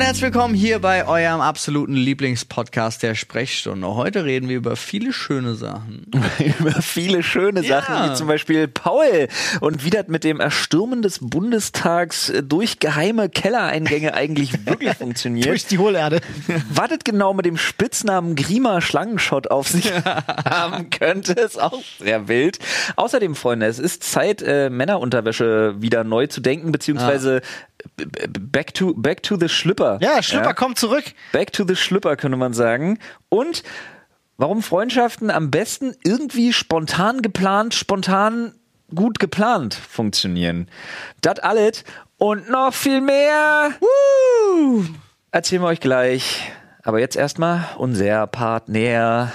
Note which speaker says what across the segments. Speaker 1: herzlich willkommen hier bei eurem absoluten Lieblingspodcast der Sprechstunde. Heute reden wir über viele schöne Sachen.
Speaker 2: über viele schöne
Speaker 1: Ja.
Speaker 2: Sachen, wie zum Beispiel Paul und wie das mit dem Erstürmen des Bundestags äh, durch geheime Kellereingänge eigentlich wirklich funktioniert.
Speaker 3: Durch die Hohlerde.
Speaker 2: Was das genau mit dem Spitznamen Grima Schlangenschott auf sich haben könnte, ist auch sehr wild. Außerdem, Freunde, es ist Zeit, äh, Männerunterwäsche wieder neu zu denken, beziehungsweise b- b- back to, back to the Schlüpper.
Speaker 3: Ah. Ja, Schlüpper, komm zurück.
Speaker 2: Back to the Schlüpper, könnte man sagen. Und warum Freundschaften am besten irgendwie spontan geplant, spontan gut geplant funktionieren. Das alles und noch viel mehr. Erzählen wir euch gleich. Aber jetzt erstmal unser Partner.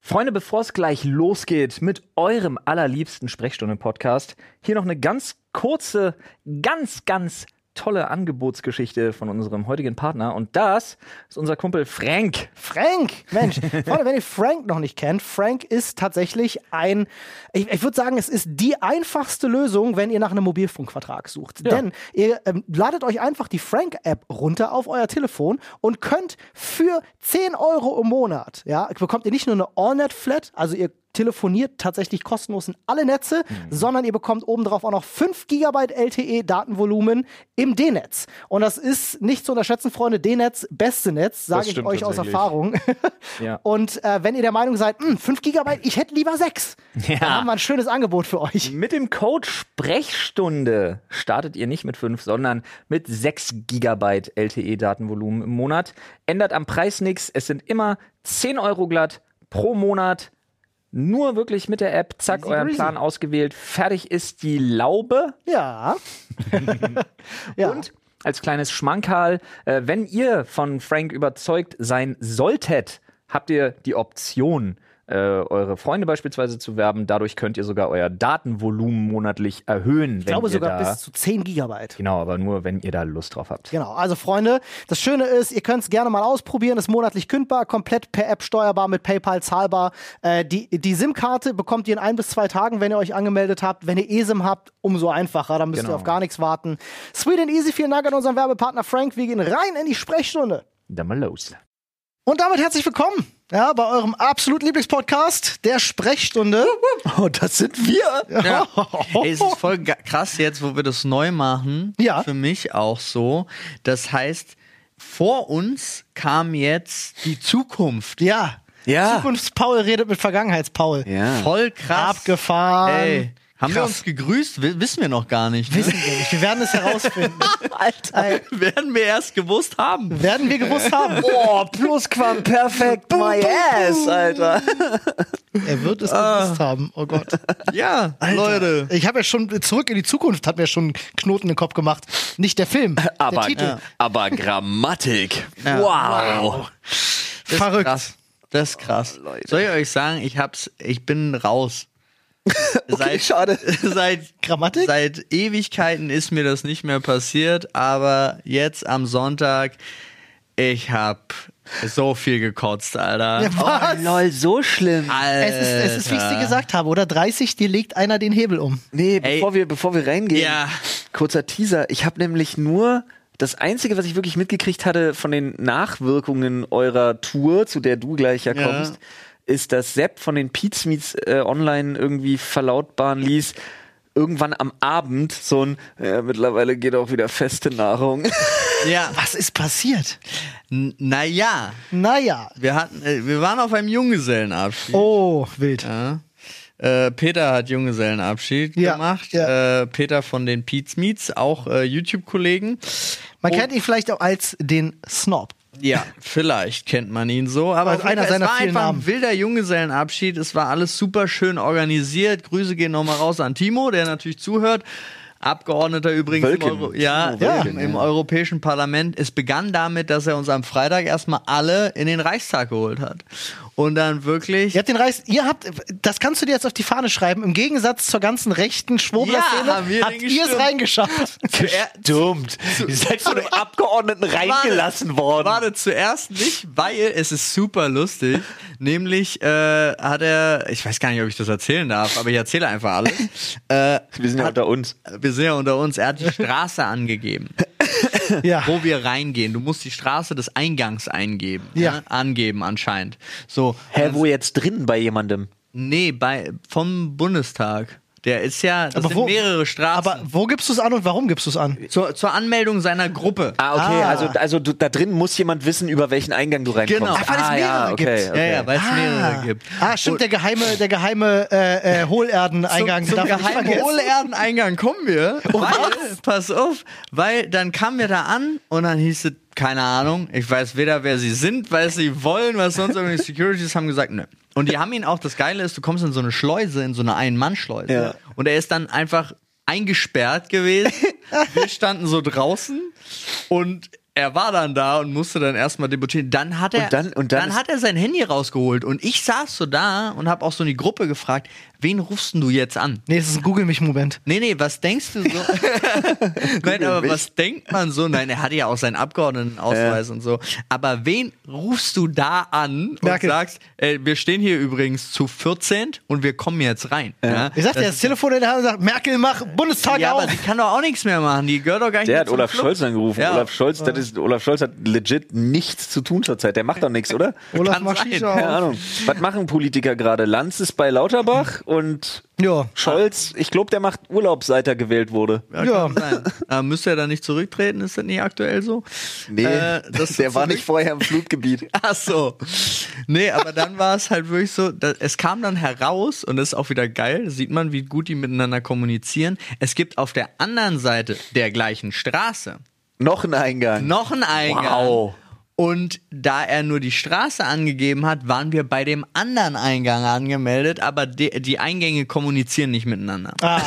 Speaker 2: Freunde, bevor es gleich losgeht mit eurem allerliebsten Sprechstunden-Podcast, hier noch eine ganz kurze, ganz, ganz tolle Angebotsgeschichte von unserem heutigen Partner. Und das ist unser Kumpel Frank.
Speaker 3: Frank, Mensch, Freunde, wenn ihr Frank noch nicht kennt, Frank ist tatsächlich ein, ich, ich würde sagen, es ist die einfachste Lösung, wenn ihr nach einem Mobilfunkvertrag sucht. Denn ihr ähm, ladet euch einfach die Frank-App runter auf euer Telefon und könnt für 10 Euro im Monat, ja, bekommt ihr nicht nur eine Allnet-Flat, also ihr telefoniert tatsächlich kostenlos in alle Netze,
Speaker 4: Mhm.
Speaker 3: sondern ihr bekommt obendrauf auch noch 5 GB LTE E Datenvolumen im D-Netz. Und das ist nicht zu unterschätzen, Freunde, D-Netz, beste Netz, sage ich
Speaker 4: stimmt
Speaker 3: euch aus
Speaker 4: tatsächlich.
Speaker 3: Erfahrung.
Speaker 2: Ja.
Speaker 3: Und äh, wenn ihr der Meinung seid, "Hm, 5 GB, ich hätte lieber 6,
Speaker 2: Ja.
Speaker 3: dann haben wir ein schönes Angebot für euch.
Speaker 2: Mit dem Code Sprechstunde startet ihr nicht mit 5, sondern mit 6 GB LTE-Datenvolumen im Monat. Ändert am Preis nichts. Es sind immer 10 Euro glatt pro Monat. Nur wirklich mit der App, zack, euren
Speaker 3: breezy.
Speaker 2: Plan ausgewählt. Fertig ist die Laube.
Speaker 3: Ja. ja.
Speaker 2: Und als kleines Schmankerl, äh, wenn ihr von Frank überzeugt sein solltet, habt ihr die Option, äh, eure Freunde beispielsweise zu werben. Dadurch könnt ihr sogar euer Datenvolumen monatlich erhöhen.
Speaker 3: ich glaube
Speaker 2: wenn ihr
Speaker 3: sogar
Speaker 2: da,
Speaker 3: bis zu 10 Gigabyte.
Speaker 2: Genau, aber nur, wenn ihr da Lust drauf habt.
Speaker 3: Genau, also Freunde, das Schöne ist, ihr könnt es gerne mal ausprobieren, ist monatlich kündbar, komplett per App steuerbar, mit PayPal zahlbar. Äh, die die SIM-Karte bekommt ihr in ein bis zwei Tagen, wenn ihr euch angemeldet habt. Wenn ihr eSIM habt, umso einfacher, dann müsst ihr
Speaker 2: Genau.
Speaker 3: auf gar nichts warten. Sweet and easy, vielen Dank an unseren Werbepartner Frank. Wir gehen rein in die Sprechstunde.
Speaker 2: Dann mal los.
Speaker 3: Und damit herzlich willkommen ja, bei eurem absolut Lieblingspodcast, der Sprechstunde.
Speaker 2: Oh, das sind wir.
Speaker 1: Ja. Ey, es ist voll ga- krass jetzt, wo wir das neu machen.
Speaker 3: Ja.
Speaker 1: Für mich auch so. Das heißt, vor uns kam jetzt die Zukunft.
Speaker 3: Ja.
Speaker 2: Ja.
Speaker 3: Zukunftspaul redet mit Vergangenheitspaul.
Speaker 1: Voll krass.
Speaker 3: Abgefahren.
Speaker 1: Ey, haben wir
Speaker 3: Krass.
Speaker 1: uns gegrüßt? Wi- wissen wir noch gar nicht. Ne?
Speaker 3: Wissen wir nicht. Wir werden es herausfinden.
Speaker 2: Alter.
Speaker 3: Ey,
Speaker 1: Werden wir erst gewusst haben.
Speaker 3: werden wir gewusst haben.
Speaker 2: Oh, Plusquam perfekt my ass, Alter.
Speaker 3: Er wird es
Speaker 2: Ah.
Speaker 3: gewusst haben. Oh Gott.
Speaker 1: Ja, Leute.
Speaker 3: Ich habe ja schon zurück in die Zukunft, hat mir schon einen Knoten im Kopf gemacht. Nicht der Film, der
Speaker 2: Aber, äh,
Speaker 3: Titel.
Speaker 2: aber Grammatik. Wow.
Speaker 1: Das ist
Speaker 3: Verrückt.
Speaker 1: Krass. Das ist krass.
Speaker 2: Leute.
Speaker 1: Soll ich euch sagen, ich hab's, ich bin raus. seit,
Speaker 2: schade.
Speaker 1: Seit
Speaker 3: Grammatik?
Speaker 1: Seit Ewigkeiten ist mir das nicht mehr passiert, aber jetzt am Sonntag, ich hab so viel gekotzt, Alter.
Speaker 3: Was?
Speaker 2: Oh, Lol, so schlimm.
Speaker 3: Ah,
Speaker 1: Alter.
Speaker 3: Es ist, es ist, wie
Speaker 1: Äh,
Speaker 3: ich dir gesagt habe, oder? 30, dir legt einer den Hebel um.
Speaker 2: Nee,
Speaker 1: Ey.
Speaker 2: bevor wir, bevor wir reingehen,
Speaker 1: Ja.
Speaker 2: kurzer Teaser. Ich habe nämlich nur das Einzige, was ich wirklich mitgekriegt hatte von den Nachwirkungen eurer Tour, zu der du gleich ja
Speaker 1: Ja.
Speaker 2: kommst, ist, dass Sepp von den Pizmeets äh, online irgendwie verlautbaren ließ, irgendwann am Abend so ein, äh, mittlerweile geht auch wieder feste Nahrung.
Speaker 1: Ja.
Speaker 3: Was ist passiert?
Speaker 1: N- Naja,
Speaker 3: Naja.
Speaker 1: wir hatten, äh, wir waren auf einem Junggesellenabschied.
Speaker 3: Oh, wild.
Speaker 1: Ja. Äh, Peter hat Junggesellenabschied
Speaker 3: Ja,
Speaker 1: gemacht.
Speaker 3: ja.
Speaker 1: Äh, Peter von den Pete's Meets, auch äh, YouTube-Kollegen.
Speaker 3: Man kennt ihn vielleicht auch als den Snob.
Speaker 1: Ja, vielleicht kennt man ihn so, aber
Speaker 3: Also
Speaker 1: auf jeden
Speaker 3: einer
Speaker 1: Fall,
Speaker 3: seiner
Speaker 1: es war
Speaker 3: vielen
Speaker 1: einfach ein
Speaker 3: Namen.
Speaker 1: wilder Junggesellenabschied. Es war alles super schön organisiert. Grüße gehen nochmal raus an Timo, der natürlich zuhört. Abgeordneter übrigens
Speaker 2: Wölken.
Speaker 1: im, Euro ja,
Speaker 2: Timo
Speaker 3: Wölken,
Speaker 1: im, im Europäischen Parlament. Es begann damit, dass er uns am Freitag erstmal alle in den Reichstag geholt hat. Und dann wirklich.
Speaker 3: Ihr habt den Reis, ihr habt, das kannst du dir jetzt auf die Fahne schreiben, im Gegensatz zur ganzen rechten Schwobler-Szene
Speaker 1: Ja, haben wir
Speaker 3: habt
Speaker 1: den
Speaker 3: ihr es
Speaker 1: gestimmt.
Speaker 3: reingeschafft.
Speaker 4: Stimmt. Ihr seid von einem Abgeordneten reingelassen worden.
Speaker 1: Warte, zuerst nicht, weil es ist super lustig. Nämlich äh, hat er, ich weiß gar nicht, ob ich das erzählen darf, aber ich erzähle einfach alles. äh,
Speaker 2: Wir sind ja unter uns.
Speaker 1: Also wir sind ja unter uns, er hat die Straße angegeben.
Speaker 5: Ja.
Speaker 1: wo wir reingehen. Du musst die Straße des Eingangs eingeben.
Speaker 5: Ja.
Speaker 1: ne? Angeben anscheinend. So,
Speaker 2: Hä, wo jetzt drin bei jemandem?
Speaker 1: nee, bei, vom Bundestag. Der ist ja, das sind mehrere Straßen.
Speaker 5: Aber wo gibst du es an und warum gibst du es an?
Speaker 1: zur, zur Anmeldung seiner Gruppe.
Speaker 2: Ah, okay,
Speaker 5: Ah.
Speaker 2: also, also du, da drin muss jemand wissen, über welchen Eingang du reinkommst.
Speaker 1: Genau.
Speaker 2: Genau.
Speaker 1: Ach,
Speaker 5: weil es
Speaker 2: ah, ja,
Speaker 5: mehrere
Speaker 2: okay,
Speaker 5: gibt.
Speaker 2: okay.
Speaker 1: Ja, ja, weil es mehrere
Speaker 5: Ah.
Speaker 1: gibt.
Speaker 5: Ah, stimmt, der geheime, der geheime äh, äh, Hohlerden-Eingang.
Speaker 1: Zum, zum
Speaker 5: darf man nicht
Speaker 1: geheimen
Speaker 5: vergessen.
Speaker 1: Hohlerdeneingang kommen wir. weil, pass auf, weil dann kamen wir da an und dann hieß es, keine Ahnung, ich weiß weder, wer sie sind, was sie wollen, was sonst irgendwie Securities haben gesagt, nö. Und die haben ihn auch, das Geile ist, du kommst in so eine Schleuse, in so eine Ein-Mann-Schleuse.
Speaker 2: Ja.
Speaker 1: Und er ist dann einfach eingesperrt gewesen. wir standen so draußen und er war dann da und musste dann erstmal debattieren. Dann hat er,
Speaker 2: Und dann- und dann ist-
Speaker 1: hat er sein Handy rausgeholt und ich saß so da und habe auch so in die Gruppe gefragt, wen rufst denn du jetzt an?
Speaker 5: Nee, es ist ein Google-mich-Moment.
Speaker 1: Nee, nee, was denkst du so? Nein, aber was denkt man so? Nein, er hatte ja auch seinen Abgeordnetenausweis und so. Aber wen rufst du da an und
Speaker 5: Merkel.
Speaker 1: sagst, äh, wir stehen hier übrigens zu 14 und wir kommen jetzt rein? Ja,
Speaker 5: Ich sagte,
Speaker 1: Das-
Speaker 5: er hat das Telefon in der Hand und sagt, Merkel, mach Bundestag
Speaker 1: ja aber
Speaker 5: auf.
Speaker 1: die kann doch auch nichts mehr machen. Die gehört doch gar nicht
Speaker 6: Der
Speaker 1: mehr
Speaker 6: hat
Speaker 1: zum
Speaker 6: Olaf
Speaker 1: Club.
Speaker 6: Scholz angerufen.
Speaker 1: Ja.
Speaker 6: Olaf Scholz, das ist, Olaf Scholz hat legit nichts zu tun zurzeit. Der macht doch nichts, oder?
Speaker 5: Olaf,
Speaker 1: kann
Speaker 5: mach
Speaker 1: sein.
Speaker 5: Shisha
Speaker 6: Keine
Speaker 5: auf.
Speaker 6: Ahnung. Was machen Politiker gerade? Lanz ist bei Lauterbach und
Speaker 5: Ja.
Speaker 6: Scholz, ich glaube, der macht Urlaub, seit er gewählt wurde.
Speaker 1: Ja,
Speaker 5: Ja.
Speaker 1: kann sein. Äh, müsste er da nicht zurücktreten? Ist das nicht aktuell so? Äh, dass du zurück-
Speaker 6: vorher im Flutgebiet.
Speaker 1: Ach so. Nee, aber dann war es halt wirklich so, da, es kam dann heraus, und das ist auch wieder geil, sieht man, wie gut die miteinander kommunizieren. Es gibt auf der anderen Seite der gleichen Straße
Speaker 6: Noch ein Eingang.
Speaker 1: noch einen Eingang.
Speaker 6: Wow.
Speaker 1: Und da er nur die Straße angegeben hat, waren wir bei dem anderen Eingang angemeldet, aber die, die Eingänge kommunizieren nicht miteinander.
Speaker 5: Ah,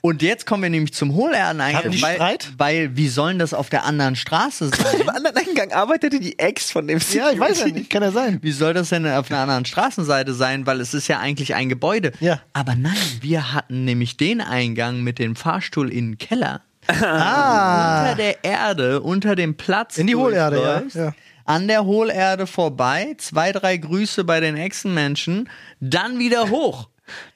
Speaker 1: Und jetzt kommen wir nämlich zum Hohlerden-Eingang.
Speaker 5: Hatten die
Speaker 1: weil,
Speaker 5: Streit?
Speaker 1: weil, wie sollen das auf der anderen Straße sein?
Speaker 6: Im anderen Eingang arbeitete die Ex von dem
Speaker 5: ja, ich weiß ja nicht, kann ja sein.
Speaker 1: Wie soll das denn auf einer anderen Straßenseite sein? Weil es ist ja eigentlich ein Gebäude.
Speaker 5: Ja.
Speaker 1: Aber nein, wir hatten nämlich den Eingang mit dem Fahrstuhl in den Keller. Unter der Erde, unter dem Platz.
Speaker 5: Ah. In die Hohlerde, ja,
Speaker 1: durchläufst,
Speaker 5: ja.
Speaker 1: An der Hohlerde vorbei, zwei, drei Grüße bei den Echsenmenschen, dann wieder hoch.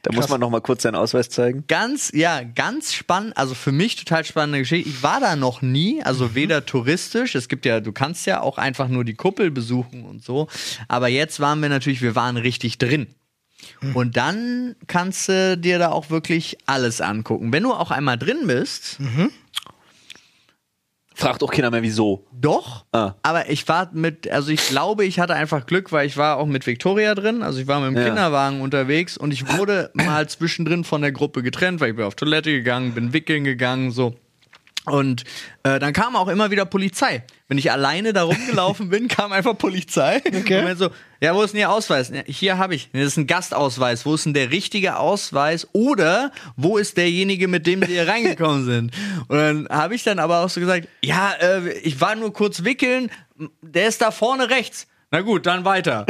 Speaker 6: Da muss man noch mal kurz seinen Ausweis zeigen.
Speaker 1: Ganz, ja, ganz spannend, also für mich total spannende Geschichte. Ich war da noch nie, also weder touristisch, es gibt ja, du kannst ja auch einfach nur die Kuppel besuchen und so, aber jetzt waren wir natürlich, wir waren richtig drin. Und dann kannst du dir da auch wirklich alles angucken. Wenn du auch einmal drin bist,
Speaker 6: Fragt auch keiner mehr, wieso.
Speaker 1: doch,
Speaker 6: Ah.
Speaker 1: aber ich war mit, also ich glaube, ich hatte einfach Glück, weil ich war auch mit Victoria drin, also ich war mit dem
Speaker 6: Ja.
Speaker 1: Kinderwagen unterwegs und ich wurde mal zwischendrin von der Gruppe getrennt, weil ich bin auf Toilette gegangen, bin wickeln gegangen, so. Und äh, dann kam auch immer wieder Polizei. Wenn ich alleine da rumgelaufen bin, kam einfach Polizei. Und meinte so, ja, wo ist denn Ihr Ausweis? Ja, hier habe ich. Nee, Das ist ein Gastausweis. Wo ist denn der richtige Ausweis? Oder wo ist derjenige, mit dem Sie hier reingekommen sind? Und dann habe ich dann aber auch so gesagt, ja, äh, ich war nur kurz wickeln. Der ist da vorne rechts. Na gut, dann weiter.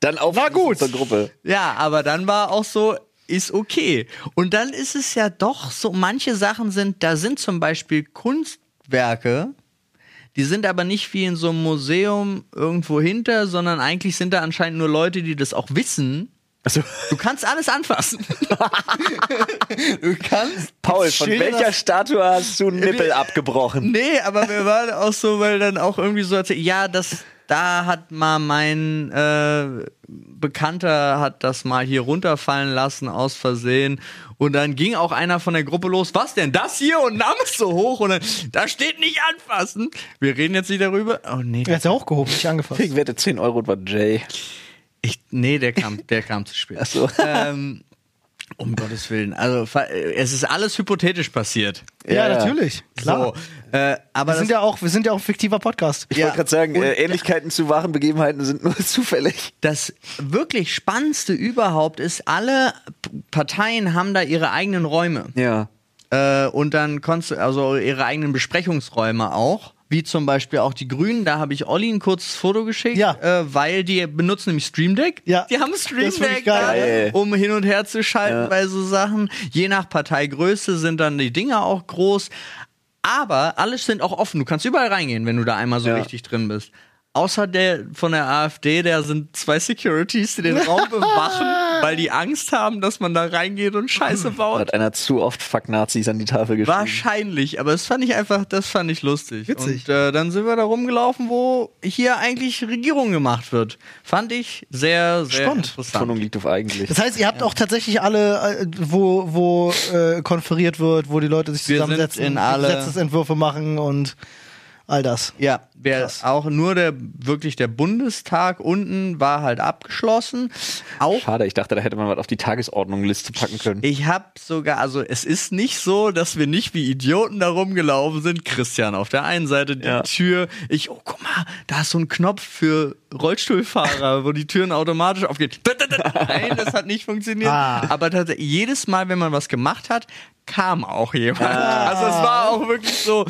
Speaker 6: Dann auf Na gut. zur Gruppe.
Speaker 1: Ja, aber dann war auch so, ist okay. Und dann ist es ja doch so, manche Sachen sind, da sind zum Beispiel Kunstwerke, die sind aber nicht wie in so einem Museum irgendwo hinter, sondern eigentlich sind da anscheinend nur Leute, die das auch wissen.
Speaker 6: Also,
Speaker 1: Du kannst alles anfassen. du kannst.
Speaker 6: Paul, von
Speaker 1: Schilder-
Speaker 6: welcher Statue hast du einen Nippel abgebrochen?
Speaker 1: Nee, aber wir waren auch so, weil dann auch irgendwie so, erzählt, ja, das, da hat mal mein äh, Bekannter hat das mal hier runterfallen lassen aus Versehen. Und dann ging auch einer von der Gruppe los, was denn das hier? Und nahm es so hoch und dann, da steht nicht anfassen. Wir reden jetzt nicht darüber. Oh nee,
Speaker 5: Er hat ja hochgehoben, nicht angefasst.
Speaker 6: Ich wette 10 Euro war Jay.
Speaker 1: ich, nee, der kam, der kam zu spät.
Speaker 6: so.
Speaker 2: Also,
Speaker 1: Ähm, um Gottes Willen. Also fa- es ist alles hypothetisch passiert.
Speaker 5: Ja,
Speaker 6: Ja, ja.
Speaker 5: natürlich. Klar.
Speaker 1: So, äh, aber
Speaker 5: Wir sind,
Speaker 1: das,
Speaker 5: ja auch, wir sind ja auch ein fiktiver Podcast.
Speaker 6: Ich wollte gerade sagen,
Speaker 1: Und-
Speaker 6: äh, Ähnlichkeiten zu wahren Begebenheiten sind nur zufällig.
Speaker 1: das wirklich Spannendste überhaupt ist, alle P- Parteien haben da ihre eigenen Räume.
Speaker 6: Ja.
Speaker 1: Äh, und dann konntest du, also ihre eigenen Besprechungsräume auch. Wie zum Beispiel auch die Grünen, da habe ich Olli ein kurzes Foto geschickt,
Speaker 5: Ja.
Speaker 1: äh, weil die benutzen nämlich Stream Deck.
Speaker 5: Ja.
Speaker 1: Die haben Stream
Speaker 5: Das find
Speaker 1: Deck,
Speaker 5: ich geil.
Speaker 1: da, um hin und her zu schalten
Speaker 6: Ja.
Speaker 1: bei so Sachen. Je nach Parteigröße sind dann die Dinger auch groß. Aber alles sind auch offen. Du kannst überall reingehen, wenn du da einmal so
Speaker 6: Ja.
Speaker 1: richtig drin bist. Außer der von der AfD, da sind zwei Securities, die den Raum bewachen, weil die Angst haben, dass man da reingeht und Scheiße baut.
Speaker 2: Oh, Hat einer zu oft Fuck Nazis an die Tafel geschrieben.
Speaker 1: Wahrscheinlich, aber das fand ich einfach, das fand ich lustig.
Speaker 3: Witzig.
Speaker 1: Und äh, dann sind wir da rumgelaufen, wo hier eigentlich Regierung gemacht wird. Fand ich sehr, sehr
Speaker 3: Spannend.
Speaker 1: interessant.
Speaker 2: Betonung liegt auf eigentlich.
Speaker 3: Das heißt, ihr habt auch tatsächlich alle, äh, wo, wo äh, konferiert wird, wo die Leute sich
Speaker 1: Wir sind
Speaker 3: zusammensetzen,
Speaker 1: in alle-
Speaker 3: Gesetzesentwürfe machen und all das.
Speaker 1: Ja, wer auch nur der wirklich der Bundestag unten war halt abgeschlossen. Auch
Speaker 2: Schade, ich dachte, da hätte man was auf die Tagesordnungsliste packen können.
Speaker 1: Ich habe sogar, also es ist nicht so, dass wir nicht wie Idioten da rumgelaufen sind. Christian auf der einen Seite die
Speaker 2: Ja.
Speaker 1: Tür. Ich, oh guck mal, da ist so ein Knopf für Rollstuhlfahrer, wo die Türen automatisch aufgehen. Nein, das hat nicht funktioniert.
Speaker 3: Ah.
Speaker 1: Aber tatsächlich, jedes Mal, wenn man was gemacht hat, kam auch jemand.
Speaker 3: Ah.
Speaker 1: Also es war auch wirklich so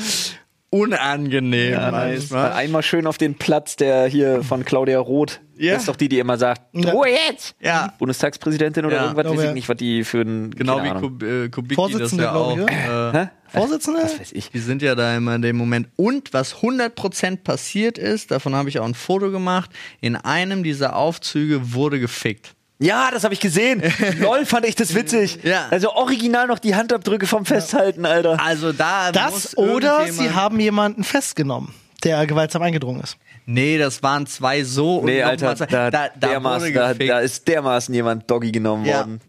Speaker 1: unangenehm manchmal.
Speaker 2: Einmal schön auf den Platz, der hier von Claudia Roth.
Speaker 1: Ja.
Speaker 2: Das ist doch die, die immer sagt, Ruhe jetzt!
Speaker 1: Ja.
Speaker 2: Bundestagspräsidentin oder
Speaker 1: Ja.
Speaker 2: irgendwas,
Speaker 3: Glaube,
Speaker 2: weiß ich
Speaker 3: ja.
Speaker 2: nicht, was die für ein
Speaker 1: Genau
Speaker 2: keine
Speaker 1: wie
Speaker 2: Ahnung.
Speaker 1: Kub, äh, Kubicki das
Speaker 3: Vorsitzende,
Speaker 1: ja auch.
Speaker 3: glaube ich,
Speaker 1: Äh,
Speaker 3: Vorsitzende?
Speaker 2: weiß ich.
Speaker 1: Die sind ja da immer in dem Moment. Und was 100% passiert ist, davon habe ich auch ein Foto gemacht, in einem dieser Aufzüge wurde gefickt.
Speaker 2: Ja, das habe ich gesehen. Lol, fand ich das witzig.
Speaker 1: Ja.
Speaker 2: Also original noch die Handabdrücke vom Festhalten, Alter.
Speaker 1: Also da muss
Speaker 3: Das oder sie
Speaker 1: irgendjemand-
Speaker 3: haben jemanden festgenommen, der gewaltsam eingedrungen ist.
Speaker 1: Nee, das waren zwei so und
Speaker 2: Nee,
Speaker 1: noch
Speaker 2: Alter,
Speaker 1: mal zwei.
Speaker 2: da, dermaßen, da, da ist dermaßen jemand Doggy genommen
Speaker 1: Ja.
Speaker 2: worden.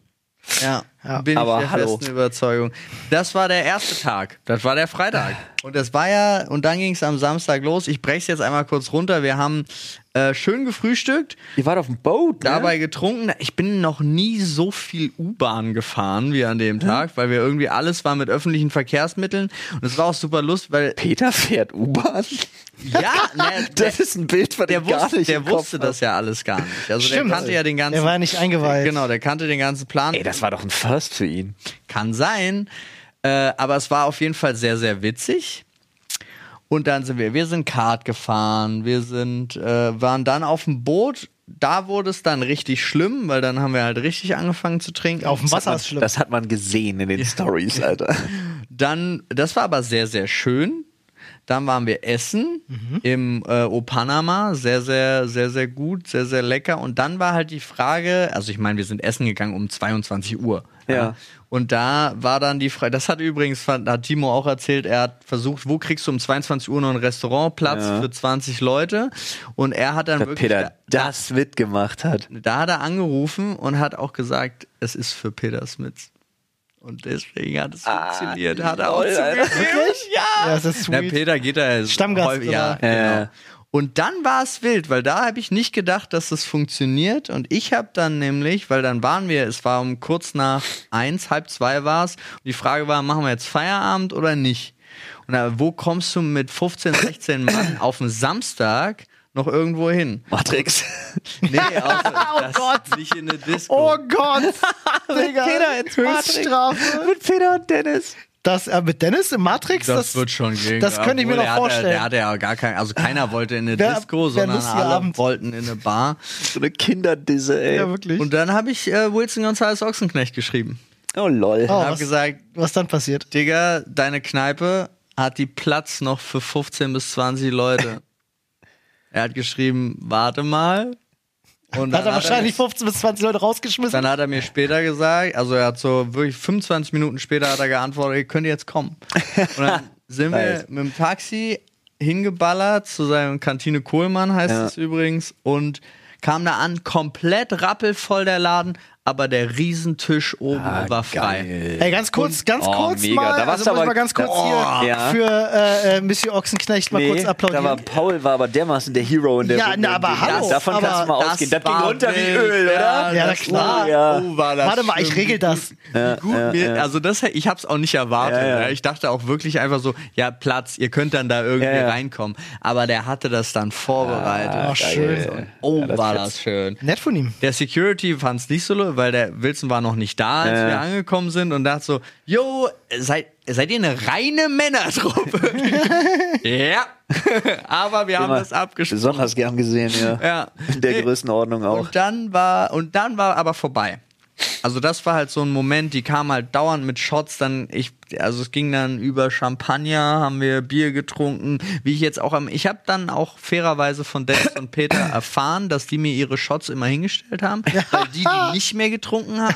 Speaker 1: Ja,
Speaker 3: Ja.
Speaker 1: bin
Speaker 2: Aber
Speaker 1: ich der
Speaker 2: hallo.
Speaker 1: festen Überzeugung. Das war der erste Tag. Das war der Freitag. Und das war ja, und dann ging es am Samstag los. Ich breche es jetzt einmal kurz runter. Wir haben äh, schön gefrühstückt.
Speaker 2: Ihr wart auf dem Boot, ne?
Speaker 1: dabei getrunken. Ich bin noch nie so viel U-Bahn gefahren wie an dem
Speaker 3: Mhm.
Speaker 1: Tag, weil wir irgendwie alles war mit öffentlichen Verkehrsmitteln. Und es war auch super lustig, weil
Speaker 2: Peter fährt U-Bahn.
Speaker 1: ja, ne, der,
Speaker 2: Das ist ein Bild, was
Speaker 1: der
Speaker 2: ich gar
Speaker 1: wusste,
Speaker 2: nicht
Speaker 1: der
Speaker 2: im Kopf
Speaker 1: wusste
Speaker 2: hab.
Speaker 1: das ja alles gar nicht. Also
Speaker 3: Stimmt.
Speaker 1: der kannte ja den ganzen.
Speaker 3: Der war ja nicht eingeweiht.
Speaker 1: Genau, der kannte den ganzen Plan.
Speaker 2: Ey, das war doch ein First für ihn.
Speaker 1: Kann sein. Äh, aber es war auf jeden Fall sehr, sehr witzig. Und dann sind wir, wir sind Kart gefahren, wir sind, äh, waren dann auf dem Boot. Da wurde es dann richtig schlimm, weil dann haben wir halt richtig angefangen zu trinken.
Speaker 3: Auf dem Wasser ist schlimm.
Speaker 2: Das hat man gesehen in den Stories, Alter.
Speaker 1: Dann, das war aber sehr, sehr schön. Dann waren wir essen
Speaker 2: Mhm.
Speaker 1: im äh, O Panama. Sehr, sehr, sehr, sehr gut, sehr, sehr lecker. Und dann war halt die Frage, also ich meine, wir sind essen gegangen um 22 Uhr.
Speaker 2: Ja.
Speaker 1: Und da war dann die Frage, das hat übrigens, fand- hat Timo auch erzählt, er hat versucht, wo kriegst du um 22 Uhr noch einen Restaurantplatz für 20 Leute? Und er hat dann
Speaker 2: Dass
Speaker 1: wirklich,
Speaker 2: Peter das mitgemacht hat.
Speaker 1: da, da hat er angerufen und hat auch gesagt, es ist für Peter Smits. Und deswegen hat es funktioniert, hat er auch
Speaker 2: lol, Alter.
Speaker 1: zugegeben. Ja!
Speaker 3: Ja, das ist
Speaker 1: Na,
Speaker 3: sweet.
Speaker 1: Peter geht da jetzt
Speaker 3: Stammgast,
Speaker 1: häufig- Ja,
Speaker 3: oder?
Speaker 1: genau.
Speaker 2: Äh.
Speaker 1: Und dann war es wild, weil da habe ich nicht gedacht, dass es funktioniert. Und ich habe dann nämlich, weil dann waren wir, es war um kurz nach eins, halb zwei war es. Und die Frage war, machen wir jetzt Feierabend oder nicht? Und da, wo kommst du mit 15, 16 Mann auf dem Samstag noch irgendwo hin?
Speaker 2: Matrix.
Speaker 1: Nee, außer, das Nicht in eine Disco.
Speaker 3: Oh Gott! Digga,
Speaker 2: Peter ins Matrix.
Speaker 3: Höchststrafe.
Speaker 2: Mit Peter und Dennis.
Speaker 3: Das äh, mit Dennis im Matrix?
Speaker 1: das, wird schon gehen.
Speaker 3: das könnte ich mir
Speaker 1: Obwohl,
Speaker 3: noch
Speaker 1: der hatte-
Speaker 3: vorstellen.
Speaker 1: Der hatte ja gar kein, also keiner wollte in eine
Speaker 3: Wär-
Speaker 1: Disco,
Speaker 3: wär
Speaker 1: sondern
Speaker 3: lustiger
Speaker 1: alle
Speaker 3: Abend.
Speaker 1: wollten in eine Bar.
Speaker 2: So eine Kinderdisse, ey.
Speaker 3: Ja, wirklich.
Speaker 1: Und dann habe ich äh, Wilson Gonzalez Ochsenknecht geschrieben.
Speaker 2: oh, lol.
Speaker 3: Oh.
Speaker 1: Und habe
Speaker 3: was-
Speaker 1: gesagt,
Speaker 3: Was dann passiert?
Speaker 1: Digga, deine Kneipe hat die Platz noch für 15 bis 20 Leute. er hat geschrieben, warte mal. Und
Speaker 3: Hat er
Speaker 1: dann
Speaker 3: wahrscheinlich 15 bis 20 Leute rausgeschmissen?
Speaker 1: Dann hat er mir später gesagt, also er hat so wirklich 25 Minuten später hat er geantwortet, ihr könnt jetzt kommen. Und dann sind wir
Speaker 2: Nice.
Speaker 1: mit dem Taxi hingeballert zu seinem Kantine Kohlmann heißt
Speaker 2: Ja.
Speaker 1: es übrigens und kam da an, komplett rappelvoll der Laden, aber der Riesentisch oben
Speaker 2: Ah,
Speaker 1: war frei.
Speaker 3: Ey, ganz kurz, ganz
Speaker 2: Oh,
Speaker 3: kurz
Speaker 2: mega.
Speaker 3: mal,
Speaker 2: Da warst du
Speaker 3: also muss ich
Speaker 2: aber-
Speaker 3: mal ganz kurz
Speaker 2: da-
Speaker 3: hier
Speaker 2: Oh, ja.
Speaker 3: für äh, äh, Monsieur Ochsenknecht mal
Speaker 2: Nee,
Speaker 3: kurz applaudieren.
Speaker 2: Da war Paul war aber dermaßen der Hero in der
Speaker 3: Ja,
Speaker 2: Runde.
Speaker 3: na, aber
Speaker 2: Das-
Speaker 3: hallo,
Speaker 2: Davon kannst
Speaker 3: aber
Speaker 2: du mal
Speaker 1: das
Speaker 2: ausgehen. Das ging
Speaker 1: war
Speaker 2: runter wie
Speaker 1: wild,
Speaker 2: Öl, oder?
Speaker 1: das
Speaker 3: Ja, na klar.
Speaker 1: war-
Speaker 2: Ja.
Speaker 1: Oh, war das
Speaker 3: Warte mal, ich
Speaker 1: schlimm.
Speaker 3: regel das.
Speaker 1: Wie gut mir, also das, ich habe es auch nicht erwartet.
Speaker 2: Ja, ja.
Speaker 1: ne? Ich dachte auch wirklich einfach so, ja Platz, ihr könnt dann da irgendwie
Speaker 2: Ja, ja.
Speaker 1: reinkommen. Aber der hatte das dann vorbereitet.
Speaker 3: Oh, schön.
Speaker 1: oh,
Speaker 2: das
Speaker 1: war
Speaker 2: hat's.
Speaker 1: das schön.
Speaker 3: Nett von ihm.
Speaker 1: Der Security fand es nicht so, lo- weil der Wilson war noch nicht da, als
Speaker 2: Ja.
Speaker 1: wir angekommen sind und dachte so, yo, seid, seid ihr eine reine Männertruppe? ja, aber wir haben
Speaker 2: Immer
Speaker 1: das abgeschlossen.
Speaker 2: Besonders gern gesehen, ja.
Speaker 1: Ja.
Speaker 2: In der
Speaker 1: Nee.
Speaker 2: Größenordnung auch.
Speaker 1: Und dann war und dann war aber vorbei. Also das war halt so ein Moment, die kam halt dauernd mit Shots, dann ich also es ging dann über Champagner, haben wir Bier getrunken, wie ich jetzt auch am ich habe dann auch fairerweise von Dennis und Peter erfahren, dass die mir ihre Shots immer hingestellt haben, weil die die nicht mehr getrunken haben.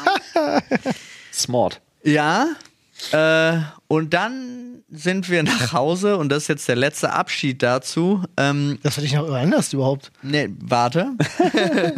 Speaker 6: Smart.
Speaker 1: Ja. Äh, und dann sind wir nach Hause und das ist jetzt der letzte Abschied dazu. Ähm,
Speaker 3: Das hatte ich noch anders überhaupt.
Speaker 1: Nee, Ne, warte.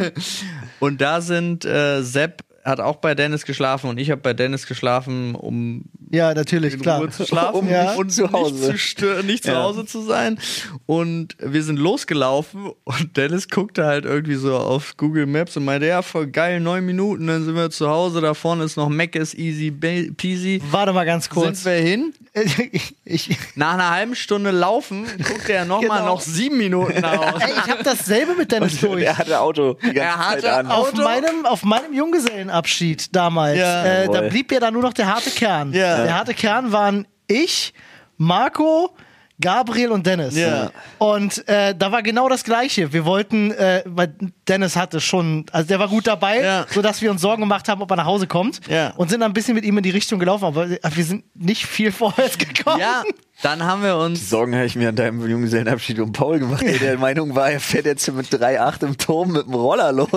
Speaker 1: und da sind äh, Sepp hat auch bei Dennis geschlafen und ich habe bei Dennis geschlafen, um
Speaker 3: Ja, natürlich,
Speaker 1: in
Speaker 3: klar.
Speaker 1: Ruhe zu schlafen
Speaker 3: Um ja.
Speaker 1: und
Speaker 6: zu
Speaker 1: nicht,
Speaker 6: Hause.
Speaker 1: zu, stö- nicht zu Hause zu sein. Und wir sind losgelaufen und Dennis guckte halt irgendwie so auf Google Maps und meinte, ja, voll geil, neun Minuten, dann sind wir zu Hause, da vorne ist noch Mac is easy ba- peasy.
Speaker 3: Warte mal ganz kurz.
Speaker 1: Sind wir hin?
Speaker 3: Ich,
Speaker 1: Nach einer halben Stunde laufen guckte er nochmal
Speaker 3: Genau.
Speaker 1: noch sieben Minuten aus.
Speaker 3: ey, ich habe dasselbe mit Dennis durch.
Speaker 2: Er hatte Auto die ganze
Speaker 1: Er hatte
Speaker 2: Zeit an.
Speaker 3: Auf
Speaker 1: Auto?
Speaker 3: meinem, auf meinem Junggesellenabschied damals,
Speaker 1: Ja.
Speaker 3: äh, da
Speaker 6: Jawohl.
Speaker 3: blieb ja dann nur noch der harte Kern.
Speaker 1: Ja.
Speaker 3: Der harte Kern waren ich, Marco, Gabriel und Dennis.
Speaker 1: Ja.
Speaker 3: Und äh, da war genau das Gleiche. Wir wollten, äh, weil Dennis hatte schon, also der war gut dabei,
Speaker 1: Ja.
Speaker 3: sodass wir uns Sorgen gemacht haben, ob er nach Hause kommt.
Speaker 1: Ja.
Speaker 3: Und sind dann ein bisschen mit ihm in die Richtung gelaufen, aber wir sind nicht viel vorwärts gekommen.
Speaker 1: Ja, dann haben wir uns
Speaker 2: Sorgen habe ich mir an deinem Junggesellenabschied um Paul gemacht, der der Meinung war, er fährt jetzt mit 3,8 im Turm mit dem Roller los.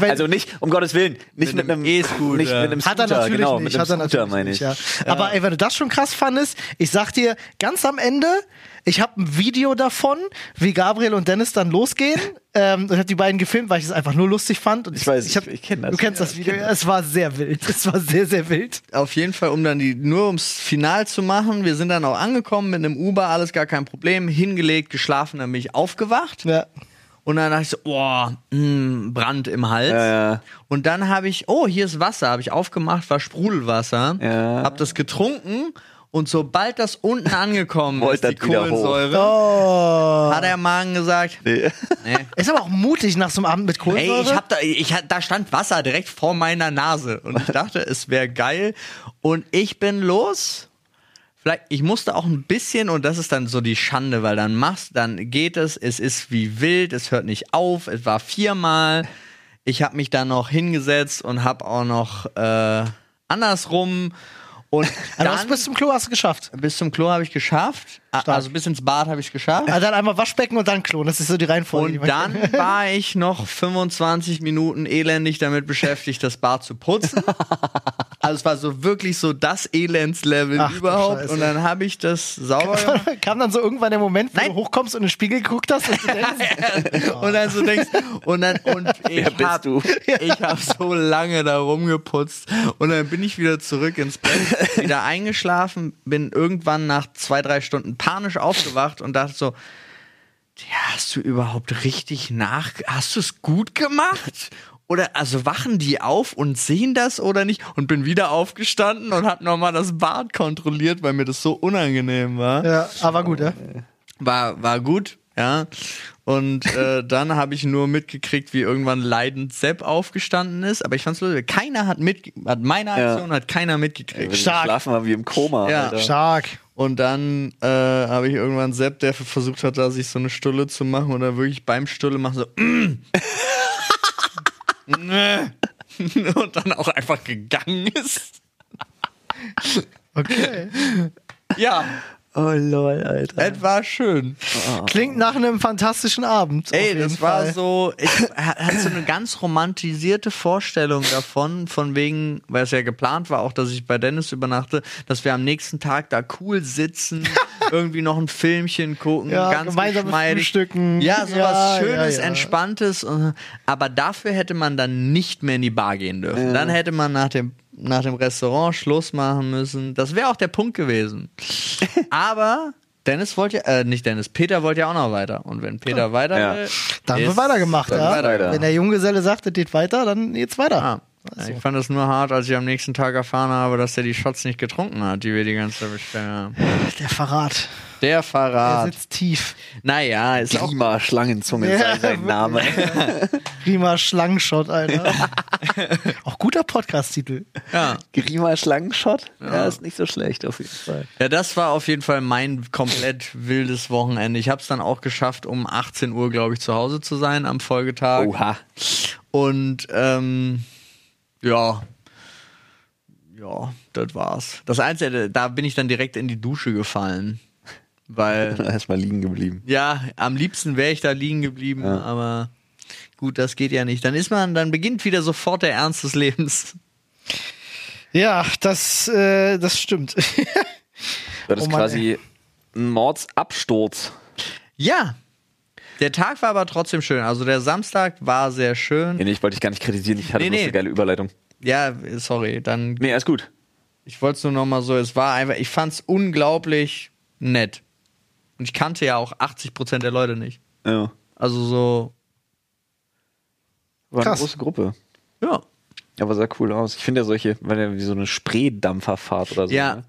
Speaker 6: also nicht, um Gottes Willen,
Speaker 2: Nicht mit einem
Speaker 6: E-Scooter. Nicht mit einem
Speaker 3: Hat er
Speaker 6: Scooter,
Speaker 3: natürlich
Speaker 6: genau,
Speaker 3: nicht.
Speaker 6: mit einem
Speaker 3: Hat er
Speaker 6: Scooter
Speaker 3: natürlich
Speaker 6: meine ich.
Speaker 3: nicht, Ja. Aber ey, wenn du das schon krass fandest, ich sag dir, ganz am Ende, ich habe ein Video davon, wie Gabriel und Dennis dann losgehen. ähm, und habe die beiden gefilmt, weil ich es einfach nur lustig fand. Und
Speaker 2: Ich weiß,
Speaker 3: hab-
Speaker 2: ich- ich kenn das.
Speaker 3: Du kennst
Speaker 2: Ja,
Speaker 3: das Video. Ja, Es war sehr wild. Es war sehr, sehr wild.
Speaker 1: auf jeden Fall, um dann die, nur ums Final zu machen, wir sind dann auch angekommen mit einem Uber, alles gar kein Problem, hingelegt, geschlafen, dann bin ich aufgewacht
Speaker 3: Ja.
Speaker 1: und dann dachte ich so, oh, mm, Brand im Hals.
Speaker 2: ja.
Speaker 1: Und dann habe ich, oh, hier ist Wasser, habe ich aufgemacht, war Sprudelwasser,
Speaker 2: Ja.
Speaker 1: habe das getrunken und sobald das unten angekommen ist,
Speaker 2: Wollte
Speaker 1: die
Speaker 2: das wieder hoch. Oh.
Speaker 1: Kohlensäure, hat der Magen gesagt, nee.
Speaker 3: Ist aber auch mutig nach so einem Abend mit Kohlensäure.
Speaker 1: Ey, ich hab da, ich, hab- da stand Wasser direkt vor meiner Nase und ich dachte, es wäre geil. Und ich bin los. Vielleicht, ich musste auch ein bisschen, und das ist dann so die Schande, weil dann machst, dann geht es, es ist wie wild, es hört nicht auf, es war viermal. Ich habe mich dann noch hingesetzt und habe auch noch äh, andersrum. Und
Speaker 3: aber
Speaker 1: dann
Speaker 3: du hast Also, bis zum Klo hast du geschafft.
Speaker 1: bis zum Klo habe ich geschafft. A- Also bis ins Bad habe ich geschafft.
Speaker 3: Also dann einmal Waschbecken und dann Klo. Das ist so die Reihenfolge. die
Speaker 1: Und
Speaker 3: man-
Speaker 1: dann war ich noch 25 Minuten elendig damit beschäftigt, das Bad zu putzen. Also es war so wirklich so das Elendslevel
Speaker 3: Ach, du
Speaker 1: überhaupt.
Speaker 3: Scheiße.
Speaker 1: Und dann habe ich das sauber gemacht.
Speaker 3: kam dann so irgendwann der Moment, wo
Speaker 1: Nein.
Speaker 3: du hochkommst und in den Spiegel geguckt hast. Und du denkst,
Speaker 1: und dann so denkst, und dann, und ich
Speaker 2: bist
Speaker 1: hab-
Speaker 2: du?
Speaker 1: ich habe so lange da rumgeputzt und dann bin ich wieder zurück ins Bett, wieder eingeschlafen, bin irgendwann nach zwei, drei Stunden panisch aufgewacht und dachte so, ja, hast du überhaupt richtig nach, hast du es gut gemacht? Oder also wachen die auf und sehen das oder nicht? Und bin wieder aufgestanden und hab nochmal das Bad kontrolliert, weil mir das so unangenehm war
Speaker 3: ja, aber gut, ja.
Speaker 1: war, war gut, ja. Und äh, dann habe ich nur mitgekriegt, wie irgendwann leidend Sepp aufgestanden ist. Aber ich fand's lustig. Keiner hat mit, hat meine Aktion hat keiner mitgekriegt.
Speaker 3: Stark.
Speaker 2: Schlafen haben wie im Koma.
Speaker 1: Ja.
Speaker 2: Alter.
Speaker 3: Stark.
Speaker 1: Und dann äh, habe ich irgendwann Sepp, der versucht hat, da sich so eine Stulle zu machen oder wirklich beim Stulle machen so. "Mm." Nee. Und dann auch einfach gegangen ist.
Speaker 3: Okay.
Speaker 1: Ja,
Speaker 2: Oh lol, Alter.
Speaker 1: es war schön.
Speaker 3: Klingt nach einem fantastischen Abend. auf
Speaker 1: Ey,
Speaker 3: jeden
Speaker 1: das war
Speaker 3: Fall.
Speaker 1: so, ich ha- hatte so eine ganz romantisierte Vorstellung davon, von wegen, weil es ja geplant war, auch dass ich bei Dennis übernachte, dass wir am nächsten Tag da cool sitzen, irgendwie noch ein Filmchen gucken,
Speaker 3: Ja,
Speaker 1: ganz
Speaker 3: gemeinsames
Speaker 1: geschmeidig.
Speaker 3: Frühstücken.
Speaker 1: Ja, sowas
Speaker 3: Ja,
Speaker 1: Schönes,
Speaker 3: ja, ja.
Speaker 1: Entspanntes. und- Aber dafür hätte man dann nicht mehr in die Bar gehen dürfen. Dann hätte man nach dem, nach dem Restaurant Schluss machen müssen. Das wäre auch der Punkt gewesen. Aber Dennis wollte ja, äh, nicht Dennis, Peter wollte ja auch noch weiter. Und wenn Peter weiter
Speaker 2: Ja.
Speaker 1: will.
Speaker 3: Dann
Speaker 1: ist-
Speaker 3: wird weitergemacht,
Speaker 1: dann
Speaker 3: ja.
Speaker 1: wird weiter.
Speaker 3: Wenn der Junggeselle sagt, es geht weiter, dann geht's weiter.
Speaker 1: Ja. Ich fand es nur hart, als ich am nächsten Tag erfahren habe, dass er die Shots nicht getrunken hat, die wir die ganze Zeit bestellt haben.
Speaker 3: Der Verrat.
Speaker 1: Der
Speaker 3: Der
Speaker 1: Verrat.
Speaker 3: sitzt tief.
Speaker 1: Naja, ist auch.
Speaker 2: Klima Schlangenzunge
Speaker 3: Ja,
Speaker 2: sei sein Name.
Speaker 3: Prima Schlangenshot, Alter. Auch guter Podcast-Titel.
Speaker 1: Ja.
Speaker 2: Grima Schlangenshot? Ja. ist nicht so schlecht auf jeden Fall.
Speaker 1: ja, das war auf jeden Fall mein komplett wildes Wochenende. Ich habe es dann auch geschafft, um 18 Uhr, glaube ich, zu Hause zu sein am Folgetag.
Speaker 2: Oha.
Speaker 1: Und ähm, ja, ja, das war's. Das Einzige, da bin ich dann direkt in die Dusche gefallen. Weil
Speaker 7: Erstmal liegen geblieben.
Speaker 1: Ja, am liebsten wäre ich da liegen geblieben, aber gut, das geht ja nicht. Dann ist man, dann beginnt wieder sofort der Ernst des Lebens.
Speaker 3: Ja, das, äh, das stimmt.
Speaker 2: Das
Speaker 3: Oh
Speaker 2: ist
Speaker 3: Mann,
Speaker 2: quasi ein Mordsabsturz.
Speaker 1: Ja. Der Tag war aber trotzdem schön. Also der Samstag war sehr schön.
Speaker 2: Nee, ich wollte dich gar nicht kritisieren, ich hatte
Speaker 1: Nee,
Speaker 2: bloß
Speaker 1: nee.
Speaker 2: eine geile Überleitung.
Speaker 1: Ja, sorry. Dann,
Speaker 2: Nee, alles gut.
Speaker 1: ich wollte es nur noch mal so. Es war einfach. Ich fand es unglaublich nett. Und ich kannte ja auch 80 Prozent der Leute nicht.
Speaker 2: Ja.
Speaker 1: Also so.
Speaker 2: War
Speaker 3: Krass.
Speaker 2: eine große Gruppe.
Speaker 1: Ja.
Speaker 2: Aber sah cool aus. Ich finde ja solche, weil ja wie so eine Spraydampferfahrt oder so.
Speaker 1: Ja.
Speaker 2: Ne?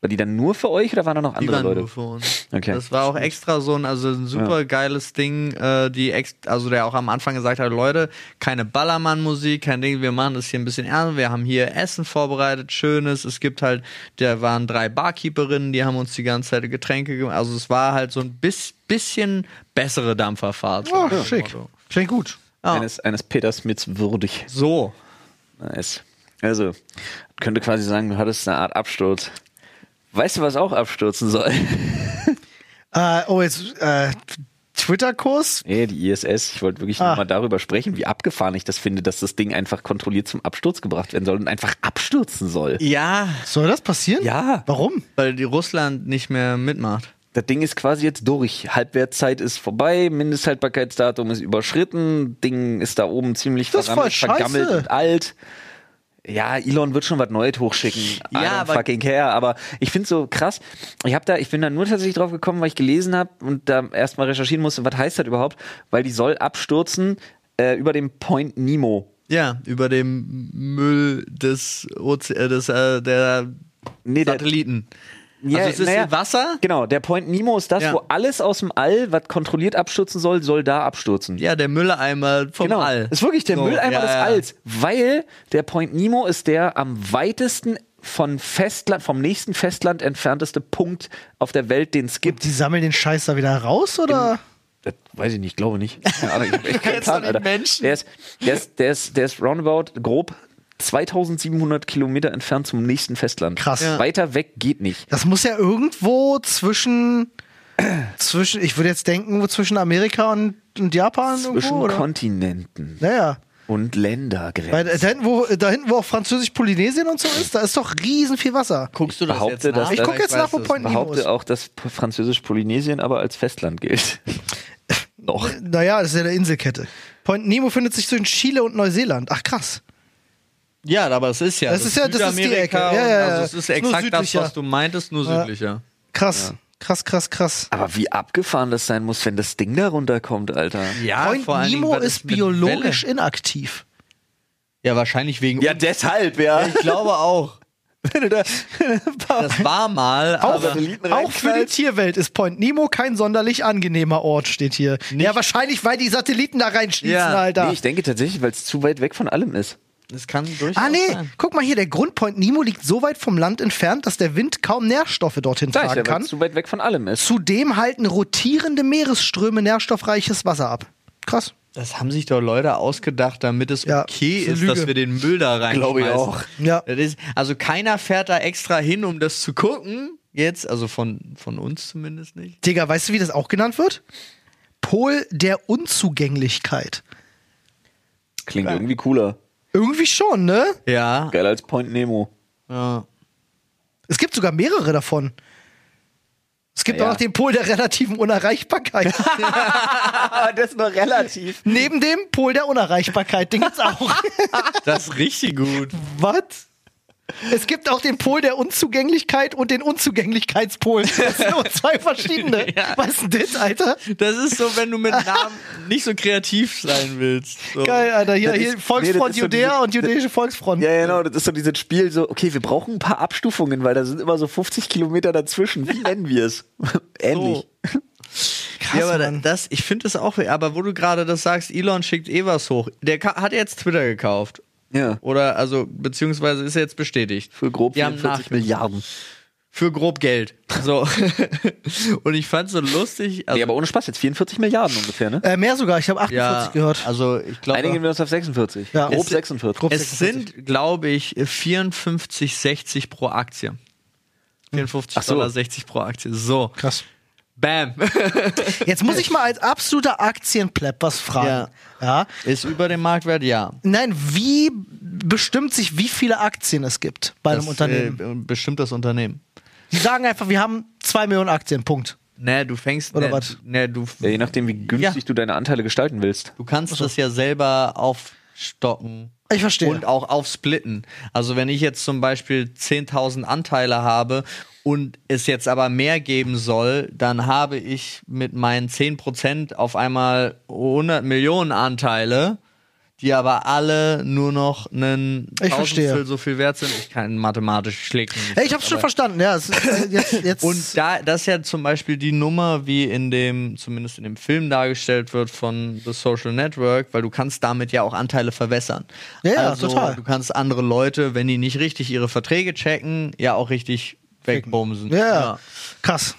Speaker 2: War die dann nur für euch oder waren da noch
Speaker 1: Die
Speaker 2: andere
Speaker 1: waren
Speaker 2: Leute?
Speaker 1: nur für uns.
Speaker 2: Okay.
Speaker 1: Das war auch extra so ein, also ein super geiles Ding, äh, die ex also der auch am Anfang gesagt hat, Leute, keine Ballermann-Musik, kein Ding, wir machen das hier ein bisschen ernst, wir haben hier Essen vorbereitet, Schönes, es gibt halt, da waren drei Barkeeperinnen, die haben uns die ganze Zeit Getränke gemacht, also es war halt so ein bis, bisschen bessere Dampferfahrt. so
Speaker 3: Oh,
Speaker 1: nach dem
Speaker 3: schick.
Speaker 1: Motto.
Speaker 3: Klingt gut.
Speaker 1: Ja.
Speaker 2: Eines, eines Peter Smiths würdig.
Speaker 1: So,
Speaker 2: Nice. Also, könnte quasi sagen, du hattest eine Art Absturz. Weißt du, was auch abstürzen soll?
Speaker 3: Äh, oh, jetzt äh, Twitter-Kurs?
Speaker 2: Nee, die ISS. Ich wollte wirklich
Speaker 3: Ah.
Speaker 2: noch mal darüber sprechen, wie abgefahren ich das finde, dass das Ding einfach kontrolliert zum Absturz gebracht werden soll und einfach abstürzen soll.
Speaker 1: ja,
Speaker 3: Soll das passieren?
Speaker 2: Ja.
Speaker 3: Warum?
Speaker 1: weil die Russland nicht mehr mitmacht.
Speaker 2: Das Ding ist quasi jetzt durch. Halbwertszeit ist vorbei, Mindesthaltbarkeitsdatum ist überschritten, Ding ist da oben ziemlich
Speaker 3: Das ist voll
Speaker 2: verrammelt, vergammelt
Speaker 3: scheiße.
Speaker 2: und alt. Ja, Elon wird schon was Neues hochschicken. I
Speaker 1: Ja,
Speaker 2: don't
Speaker 1: aber-
Speaker 2: fucking care. Aber ich finde so krass. Ich habe da, ich bin da nur tatsächlich drauf gekommen, weil ich gelesen habe und da erstmal recherchieren musste, was heißt das überhaupt? Weil die soll abstürzen äh, über dem Point Nemo.
Speaker 1: Ja, über dem Müll des, Oze äh, des äh, der
Speaker 2: Nee, der,
Speaker 1: Satelliten.
Speaker 2: Ja,
Speaker 1: also es ist
Speaker 2: naja,
Speaker 1: im Wasser.
Speaker 2: Genau, der Point Nemo ist das,
Speaker 1: Ja.
Speaker 2: wo alles aus dem All, was kontrolliert abstürzen soll, soll da abstürzen.
Speaker 1: Ja, der Mülleimer vom
Speaker 2: genau.
Speaker 1: All.
Speaker 2: Ist wirklich der
Speaker 1: So,
Speaker 2: Mülleimer
Speaker 1: ja,
Speaker 2: des
Speaker 1: ja.
Speaker 2: Alls, weil der Point Nemo ist der am weitesten von Festland, vom nächsten Festland entfernteste Punkt auf der Welt, den es gibt.
Speaker 3: Die sammeln den Scheiß da wieder raus, oder?
Speaker 2: Das weiß ich nicht, glaube nicht. Keine Ahnung, ich hab echt keinen
Speaker 1: Jetzt
Speaker 2: Plan,
Speaker 1: noch die
Speaker 2: Alter.
Speaker 1: Menschen.
Speaker 2: Der ist, der ist, der ist, der ist roundabout grob 2700 Kilometer entfernt zum nächsten Festland.
Speaker 3: Krass. Ja.
Speaker 2: Weiter weg geht nicht.
Speaker 3: Das muss ja irgendwo zwischen, zwischen, ich würde jetzt denken, wo zwischen Amerika und, und Japan
Speaker 2: Zwischen
Speaker 3: irgendwo, oder?
Speaker 2: Kontinenten
Speaker 3: Naja.
Speaker 2: und Ländergrenzen.
Speaker 3: Weil äh, da hinten, wo, da hinten, wo auch Französisch-Polynesien und so ist, da ist doch riesen viel Wasser.
Speaker 1: Guckst du das
Speaker 2: behaupte,
Speaker 1: jetzt nach?
Speaker 2: dass das- Ich guck
Speaker 1: Weil
Speaker 3: jetzt nach,
Speaker 1: weiß
Speaker 3: wo
Speaker 1: es
Speaker 3: Point-
Speaker 1: nicht.
Speaker 2: behaupte
Speaker 3: Nemos.
Speaker 2: auch, dass P- Französisch-Polynesien aber als Festland gilt. Noch.
Speaker 3: Naja, das ist ja eine Inselkette. Point Nemo findet sich zwischen Chile und Neuseeland. Ach krass.
Speaker 1: Ja, aber es ist ja.
Speaker 3: Das ist ja- das ist die
Speaker 1: Südamerika
Speaker 3: Ecke. Ja,
Speaker 1: und-
Speaker 3: ja, ja.
Speaker 1: Also es ist
Speaker 3: Ist nur
Speaker 1: exakt das,
Speaker 3: südlicher.
Speaker 1: was du meintest, nur südlicher.
Speaker 3: Krass. Krass, krass, krass.
Speaker 2: Aber wie abgefahren das sein muss, wenn das Ding da runterkommt, Alter.
Speaker 1: Ja,
Speaker 3: Point
Speaker 1: vor allen Dingen,
Speaker 3: Nemo
Speaker 1: weil das
Speaker 3: ist
Speaker 1: mit
Speaker 3: biologisch
Speaker 1: Welle-
Speaker 3: inaktiv.
Speaker 1: Ja, wahrscheinlich wegen.
Speaker 2: Ja, deshalb, ja.
Speaker 1: ich glaube auch. Das war mal.
Speaker 3: Auch,
Speaker 1: aber-
Speaker 3: auch für die Tierwelt ist Point Nemo kein sonderlich angenehmer Ort, steht hier. Ja, wahrscheinlich, weil die Satelliten da reinschießen,
Speaker 1: Ja.
Speaker 3: Alter.
Speaker 2: Nee, ich denke tatsächlich, weil es zu weit weg von allem ist.
Speaker 1: Das kann durchaus
Speaker 3: Ah, nee,
Speaker 1: sein.
Speaker 3: guck mal hier, der Grundpoint Nemo liegt so weit vom Land entfernt, dass der Wind kaum Nährstoffe dorthin
Speaker 2: Sag ich
Speaker 3: tragen
Speaker 2: ja, weil
Speaker 3: kann.
Speaker 2: es zu weit weg von allem ist.
Speaker 3: Zudem halten rotierende Meeresströme nährstoffreiches Wasser ab. Krass.
Speaker 1: Das haben sich doch Leute ausgedacht, damit es
Speaker 3: Ja,
Speaker 1: okay
Speaker 3: ist eine
Speaker 1: ist,
Speaker 3: Lüge.
Speaker 1: dass wir den Müll da rein.
Speaker 7: Glaube ich auch.
Speaker 3: Ja.
Speaker 1: Das ist, also keiner fährt da extra hin, um das zu gucken. Jetzt, also von, von uns zumindest nicht.
Speaker 3: Digga, weißt du, wie das auch genannt wird? Pol der Unzugänglichkeit.
Speaker 2: Klingt irgendwie cooler.
Speaker 3: Irgendwie schon, ne?
Speaker 1: Ja.
Speaker 2: Geiler als Point Nemo.
Speaker 1: ja.
Speaker 3: Es gibt sogar mehrere davon. Es gibt
Speaker 2: Na ja.
Speaker 3: auch noch den Pol der relativen Unerreichbarkeit.
Speaker 2: Aber das ist nur relativ.
Speaker 3: Neben dem Pol der Unerreichbarkeit, den gibt's auch.
Speaker 1: Das ist richtig gut.
Speaker 3: Was? Es gibt auch den Pol der Unzugänglichkeit und den Unzugänglichkeitspol. Das sind nur zwei verschiedene.
Speaker 1: Ja.
Speaker 3: Was ist denn das, Alter?
Speaker 1: Das ist so, wenn du mit Namen nicht so kreativ sein willst. So.
Speaker 3: Geil, Alter. Hier,
Speaker 2: Das
Speaker 3: hier
Speaker 2: ist- nee, das
Speaker 3: Volksfront
Speaker 2: ist so
Speaker 3: Judäa
Speaker 2: diese-
Speaker 3: und jüdische Volksfront.
Speaker 2: Ja, genau, das ist so dieses Spiel so, okay, wir brauchen ein paar Abstufungen, weil da sind immer so 50 Kilometer dazwischen. Wie nennen wir es? Ähnlich.
Speaker 1: So. ja, aber da-
Speaker 3: Mann.
Speaker 1: das, ich finde das auch, aber wo du gerade das sagst, Elon schickt eh was hoch. Der ka- hat jetzt Twitter gekauft.
Speaker 2: Ja.
Speaker 1: Oder, also, beziehungsweise ist jetzt bestätigt.
Speaker 2: Für grob
Speaker 1: Die haben
Speaker 2: 44
Speaker 1: Nachrichten.
Speaker 2: Milliarden.
Speaker 1: für grob Geld. So. Und ich fand's so lustig. Also,
Speaker 2: Nee, aber ohne Spaß, jetzt 44 Milliarden ungefähr, ne?
Speaker 3: Äh, mehr sogar, ich habe 48
Speaker 1: ja,
Speaker 3: gehört.
Speaker 1: Also ich
Speaker 2: Einigen
Speaker 1: glaube,
Speaker 2: wir uns auf 46.
Speaker 3: Ja.
Speaker 2: Grob
Speaker 3: Es-
Speaker 2: 46.
Speaker 3: grob-
Speaker 1: es sind, glaube ich, 54,60 pro Aktie. 54,60
Speaker 2: so.
Speaker 1: Dollar 60 pro Aktie. So.
Speaker 3: Krass.
Speaker 1: Bam.
Speaker 3: Jetzt muss ich mal als absoluter Aktienpleb was fragen. Ja.
Speaker 1: Ist über dem Marktwert, ja.
Speaker 3: Nein, wie bestimmt sich, wie viele Aktien es gibt bei einem
Speaker 1: Das,
Speaker 3: Unternehmen?
Speaker 1: Äh, bestimmt das Unternehmen.
Speaker 3: Die sagen einfach, wir haben zwei Millionen Aktien, Punkt.
Speaker 1: Ne, du fängst.
Speaker 3: Oder
Speaker 1: ne,
Speaker 3: was?
Speaker 1: Ne, du,
Speaker 2: Ja, je nachdem, wie günstig
Speaker 1: Ja.
Speaker 2: du deine Anteile gestalten willst.
Speaker 1: du kannst das ja selber aufstocken.
Speaker 3: Ich verstehe.
Speaker 1: Und auch aufsplitten. Also wenn ich jetzt zum Beispiel 10.000 Anteile habe und es jetzt aber mehr geben soll, dann habe ich mit meinen 10% auf einmal 100 Millionen Anteile, die aber alle nur noch einen
Speaker 3: Ich verstehe.
Speaker 1: Tausendstel so viel wert sind. Ich kann mathematisch schlägt mir nicht.
Speaker 3: Hey, ich habe schon verstanden, ja. Es, äh, jetzt, jetzt,
Speaker 1: Und da, das ist ja zum Beispiel die Nummer, wie in dem, zumindest in dem Film dargestellt wird von The Social Network, weil du kannst damit ja auch Anteile verwässern.
Speaker 3: Ja, ja,
Speaker 1: also,
Speaker 3: total.
Speaker 1: Du kannst andere Leute, wenn die nicht richtig ihre Verträge checken, ja auch richtig wegbumsen.
Speaker 3: ja, ja, krass.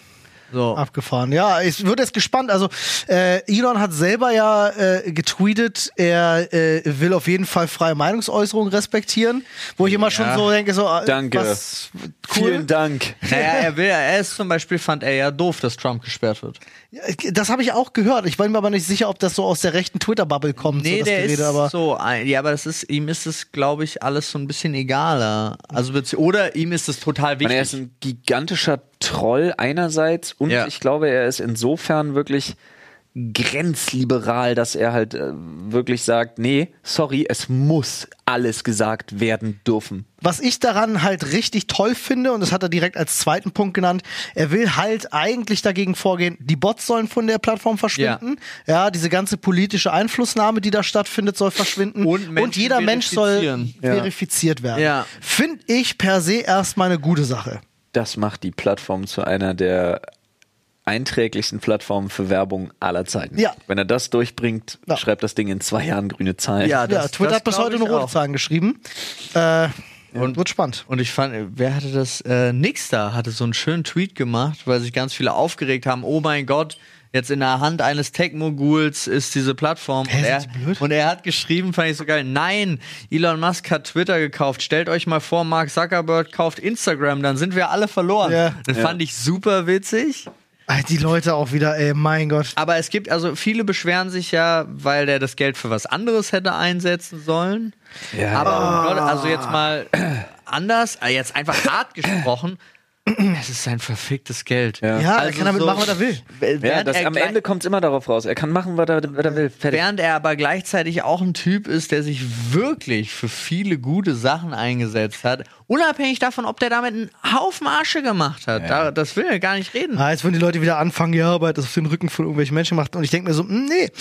Speaker 1: So.
Speaker 3: Abgefahren. Ja, ich würde jetzt gespannt. Also äh, Elon hat selber ja äh, getweetet, er äh, will auf jeden Fall freie Meinungsäußerung respektieren, wo ich immer schon so denke, so äh,
Speaker 2: Danke.
Speaker 3: Was, cool.
Speaker 2: Vielen Dank.
Speaker 1: Naja, er will, er ist zum Beispiel, fand er ja doof, dass Trump gesperrt wird.
Speaker 3: Das habe ich auch gehört. Ich war mir aber nicht sicher, ob das so aus der rechten Twitter-Bubble kommt. so
Speaker 1: Nee,
Speaker 3: das
Speaker 1: der
Speaker 3: Gerede,
Speaker 1: ist
Speaker 3: aber
Speaker 1: so ein, ja, aber das ist, ihm ist es, glaube ich, alles so ein bisschen egaler. Also, bezieh- oder ihm ist es total
Speaker 2: Ich meine,
Speaker 1: wichtig.
Speaker 2: er ist ein gigantischer Troll einerseits und
Speaker 1: Ja.
Speaker 2: ich glaube, er ist insofern wirklich grenzliberal, dass er halt äh, wirklich sagt, nee, sorry, es muss alles gesagt werden dürfen.
Speaker 3: Was ich daran halt richtig toll finde, und das hat er direkt als zweiten Punkt genannt, er will halt eigentlich dagegen vorgehen, die Bots sollen von der Plattform verschwinden. Ja, diese ganze politische Einflussnahme, die da stattfindet, soll verschwinden.
Speaker 1: Und Menschen
Speaker 3: und jeder Mensch soll
Speaker 1: verifizieren.
Speaker 3: verifiziert werden.
Speaker 1: Ja.
Speaker 3: Finde ich per se erstmal eine gute Sache.
Speaker 2: Das macht die Plattform zu einer der einträglichsten Plattformen für Werbung aller Zeiten.
Speaker 3: Ja.
Speaker 2: Wenn er das durchbringt,
Speaker 3: Ja.
Speaker 2: schreibt das Ding in zwei Jahren grüne Zahlen.
Speaker 1: Ja,
Speaker 3: Ja,
Speaker 1: Ah, das-
Speaker 3: Twitter
Speaker 1: das
Speaker 3: hat bis
Speaker 1: glaub
Speaker 3: heute
Speaker 1: ich
Speaker 3: nur rote
Speaker 1: auch.
Speaker 3: Zahlen geschrieben. Äh,
Speaker 1: Und-
Speaker 3: wird spannend.
Speaker 1: Und ich fand, wer hatte das? Äh, Nixter hatte so einen schönen Tweet gemacht, weil sich ganz viele aufgeregt haben. Oh mein Gott, jetzt in der Hand eines Tech-Moguls ist diese Plattform. und, er, und er hat geschrieben, fand ich so geil. Nein, Elon Musk hat Twitter gekauft. Stellt euch mal vor, Mark Zuckerberg kauft Instagram, dann sind wir alle verloren.
Speaker 3: Ja.
Speaker 1: Das fand ich super witzig.
Speaker 3: Ah, Die Leute auch wieder, ey, mein Gott.
Speaker 1: Aber es gibt, also viele beschweren sich ja, weil der das Geld für was anderes hätte einsetzen sollen.
Speaker 2: Ja,
Speaker 1: Aber um Gott, also jetzt mal anders, äh, jetzt einfach hart gesprochen. Es ist sein verficktes Geld. Also
Speaker 2: Ja.
Speaker 3: Ja, er kann damit machen, was er will.
Speaker 1: w- Während,
Speaker 2: Ja, das,
Speaker 1: er
Speaker 2: am
Speaker 1: gleich-
Speaker 2: Ende kommt es immer darauf raus. Er kann machen, was er, was er will. Fertig.
Speaker 1: während er aber gleichzeitig auch ein Typ ist, der sich wirklich für viele gute Sachen eingesetzt hat, unabhängig davon, ob der damit einen Haufen Asche gemacht hat. Da, das will er gar nicht reden.
Speaker 3: Ah, jetzt würden die Leute wieder anfangen, ja, aber das auf den Rücken von irgendwelchen Menschen macht. Und ich denke mir so, mh, nee.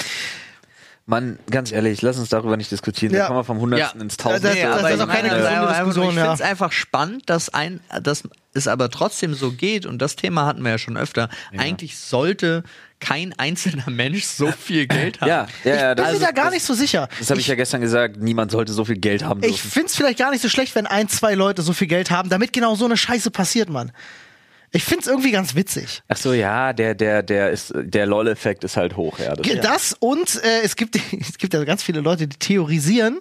Speaker 2: Mann, ganz ehrlich, lass uns darüber nicht diskutieren.
Speaker 3: Ja.
Speaker 2: Da kommen wir vom Hundertsten ins Tausendste.
Speaker 3: Das- das-
Speaker 1: aber
Speaker 3: das ist
Speaker 1: ich
Speaker 3: auch keine
Speaker 1: meine,
Speaker 3: gesunde
Speaker 1: aber einfach nur,
Speaker 3: Diskussion,
Speaker 1: Ich
Speaker 3: ja.
Speaker 1: finde es einfach spannend, dass ein, dass es aber trotzdem so geht, und das Thema hatten wir ja schon öfter. Eigentlich sollte kein einzelner Mensch so viel Geld haben.
Speaker 2: Ja, ja, ja.
Speaker 3: Bin
Speaker 2: das-
Speaker 1: Also
Speaker 3: mir da gar
Speaker 2: das-
Speaker 3: nicht so sicher.
Speaker 2: Das habe ich, ja gestern gesagt, niemand sollte so viel Geld haben
Speaker 3: Ich
Speaker 2: dürfen.
Speaker 3: finde es vielleicht gar nicht so schlecht, wenn ein, zwei Leute so viel Geld haben, damit genau so eine Scheiße passiert, Mann. Ich finde es irgendwie ganz witzig.
Speaker 2: Ach so, ja, der, der, der ist, der LOL-Effekt ist halt hoch, ja. Das
Speaker 3: Ge-
Speaker 2: ja.
Speaker 3: Das und äh, es, gibt, es gibt ja ganz viele Leute, die theorisieren,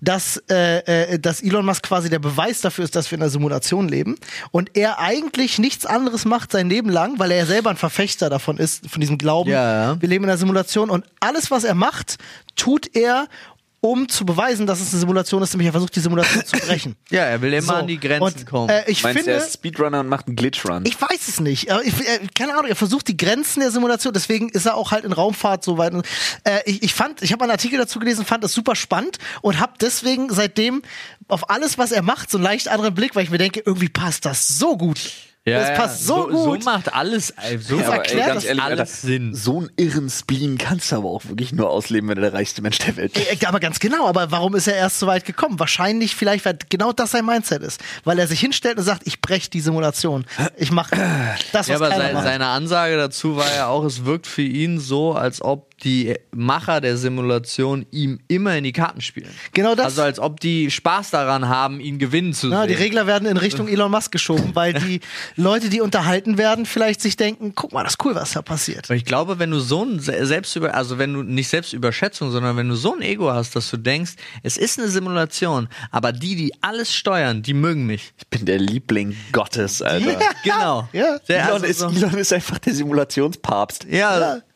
Speaker 3: dass, äh, äh, dass Elon Musk quasi der Beweis dafür ist, dass wir in einer Simulation leben und er eigentlich nichts anderes macht sein Leben lang, weil er ja selber ein Verfechter davon ist, von diesem Glauben,
Speaker 1: Ja, ja.
Speaker 3: wir leben in einer Simulation und alles, was er macht, tut er, um zu beweisen, dass es eine Simulation ist, nämlich er versucht, die Simulation zu brechen.
Speaker 1: Ja, er will immer
Speaker 3: So,
Speaker 1: an die Grenzen
Speaker 3: und,
Speaker 1: kommen.
Speaker 3: Äh, ich
Speaker 2: Meinst du,
Speaker 3: finde,
Speaker 2: er ist Speedrunner und macht einen Glitchrun?
Speaker 3: ich weiß es nicht. Aber Ich, äh, keine Ahnung, er versucht die Grenzen der Simulation, deswegen ist er auch halt in Raumfahrt so weit. Äh, ich, ich fand, ich habe einen Artikel dazu gelesen, fand das super spannend und habe deswegen seitdem auf alles, was er macht, so einen leicht anderen Blick, weil ich mir denke, irgendwie passt das so gut. das passt so, gut.
Speaker 1: So macht alles, äh, so
Speaker 3: Ja, aber,
Speaker 1: erklärt
Speaker 3: ey,
Speaker 1: das
Speaker 3: ganz
Speaker 1: alles
Speaker 2: Alter,
Speaker 1: Sinn.
Speaker 2: So einen irren Spleen kannst du aber auch wirklich nur ausleben, wenn du der reichste Mensch der Welt bist.
Speaker 3: Äh, Aber ganz genau, aber warum ist er erst so weit gekommen? Wahrscheinlich, vielleicht, weil genau das sein Mindset ist. Weil er sich hinstellt und sagt, ich breche die Simulation. Ich mache das, was
Speaker 1: Ja, aber
Speaker 3: keiner
Speaker 1: sein,
Speaker 3: macht.
Speaker 1: seine Ansage dazu war ja auch, es wirkt für ihn so, als ob die Macher der Simulation ihm immer in die Karten spielen.
Speaker 3: Genau das.
Speaker 1: Also als ob die Spaß daran haben, ihn gewinnen zu
Speaker 3: Na,
Speaker 1: sehen.
Speaker 3: die Regler werden in Richtung Elon Musk geschoben, weil die Leute, die unterhalten werden, vielleicht sich denken, guck mal, das ist cool, was da passiert.
Speaker 1: Weil ich glaube, wenn du so ein Se- Selbstüber, also wenn du nicht Selbstüberschätzung, sondern wenn du so ein Ego hast, dass du denkst, es ist eine Simulation, aber die, die alles steuern, die mögen mich.
Speaker 2: Ich bin der Liebling Gottes, Alter.
Speaker 1: Genau.
Speaker 3: Ja.
Speaker 1: Der,
Speaker 2: Elon,
Speaker 1: also,
Speaker 2: ist,
Speaker 1: so,
Speaker 2: Elon ist einfach der Simulationspapst.
Speaker 1: ja,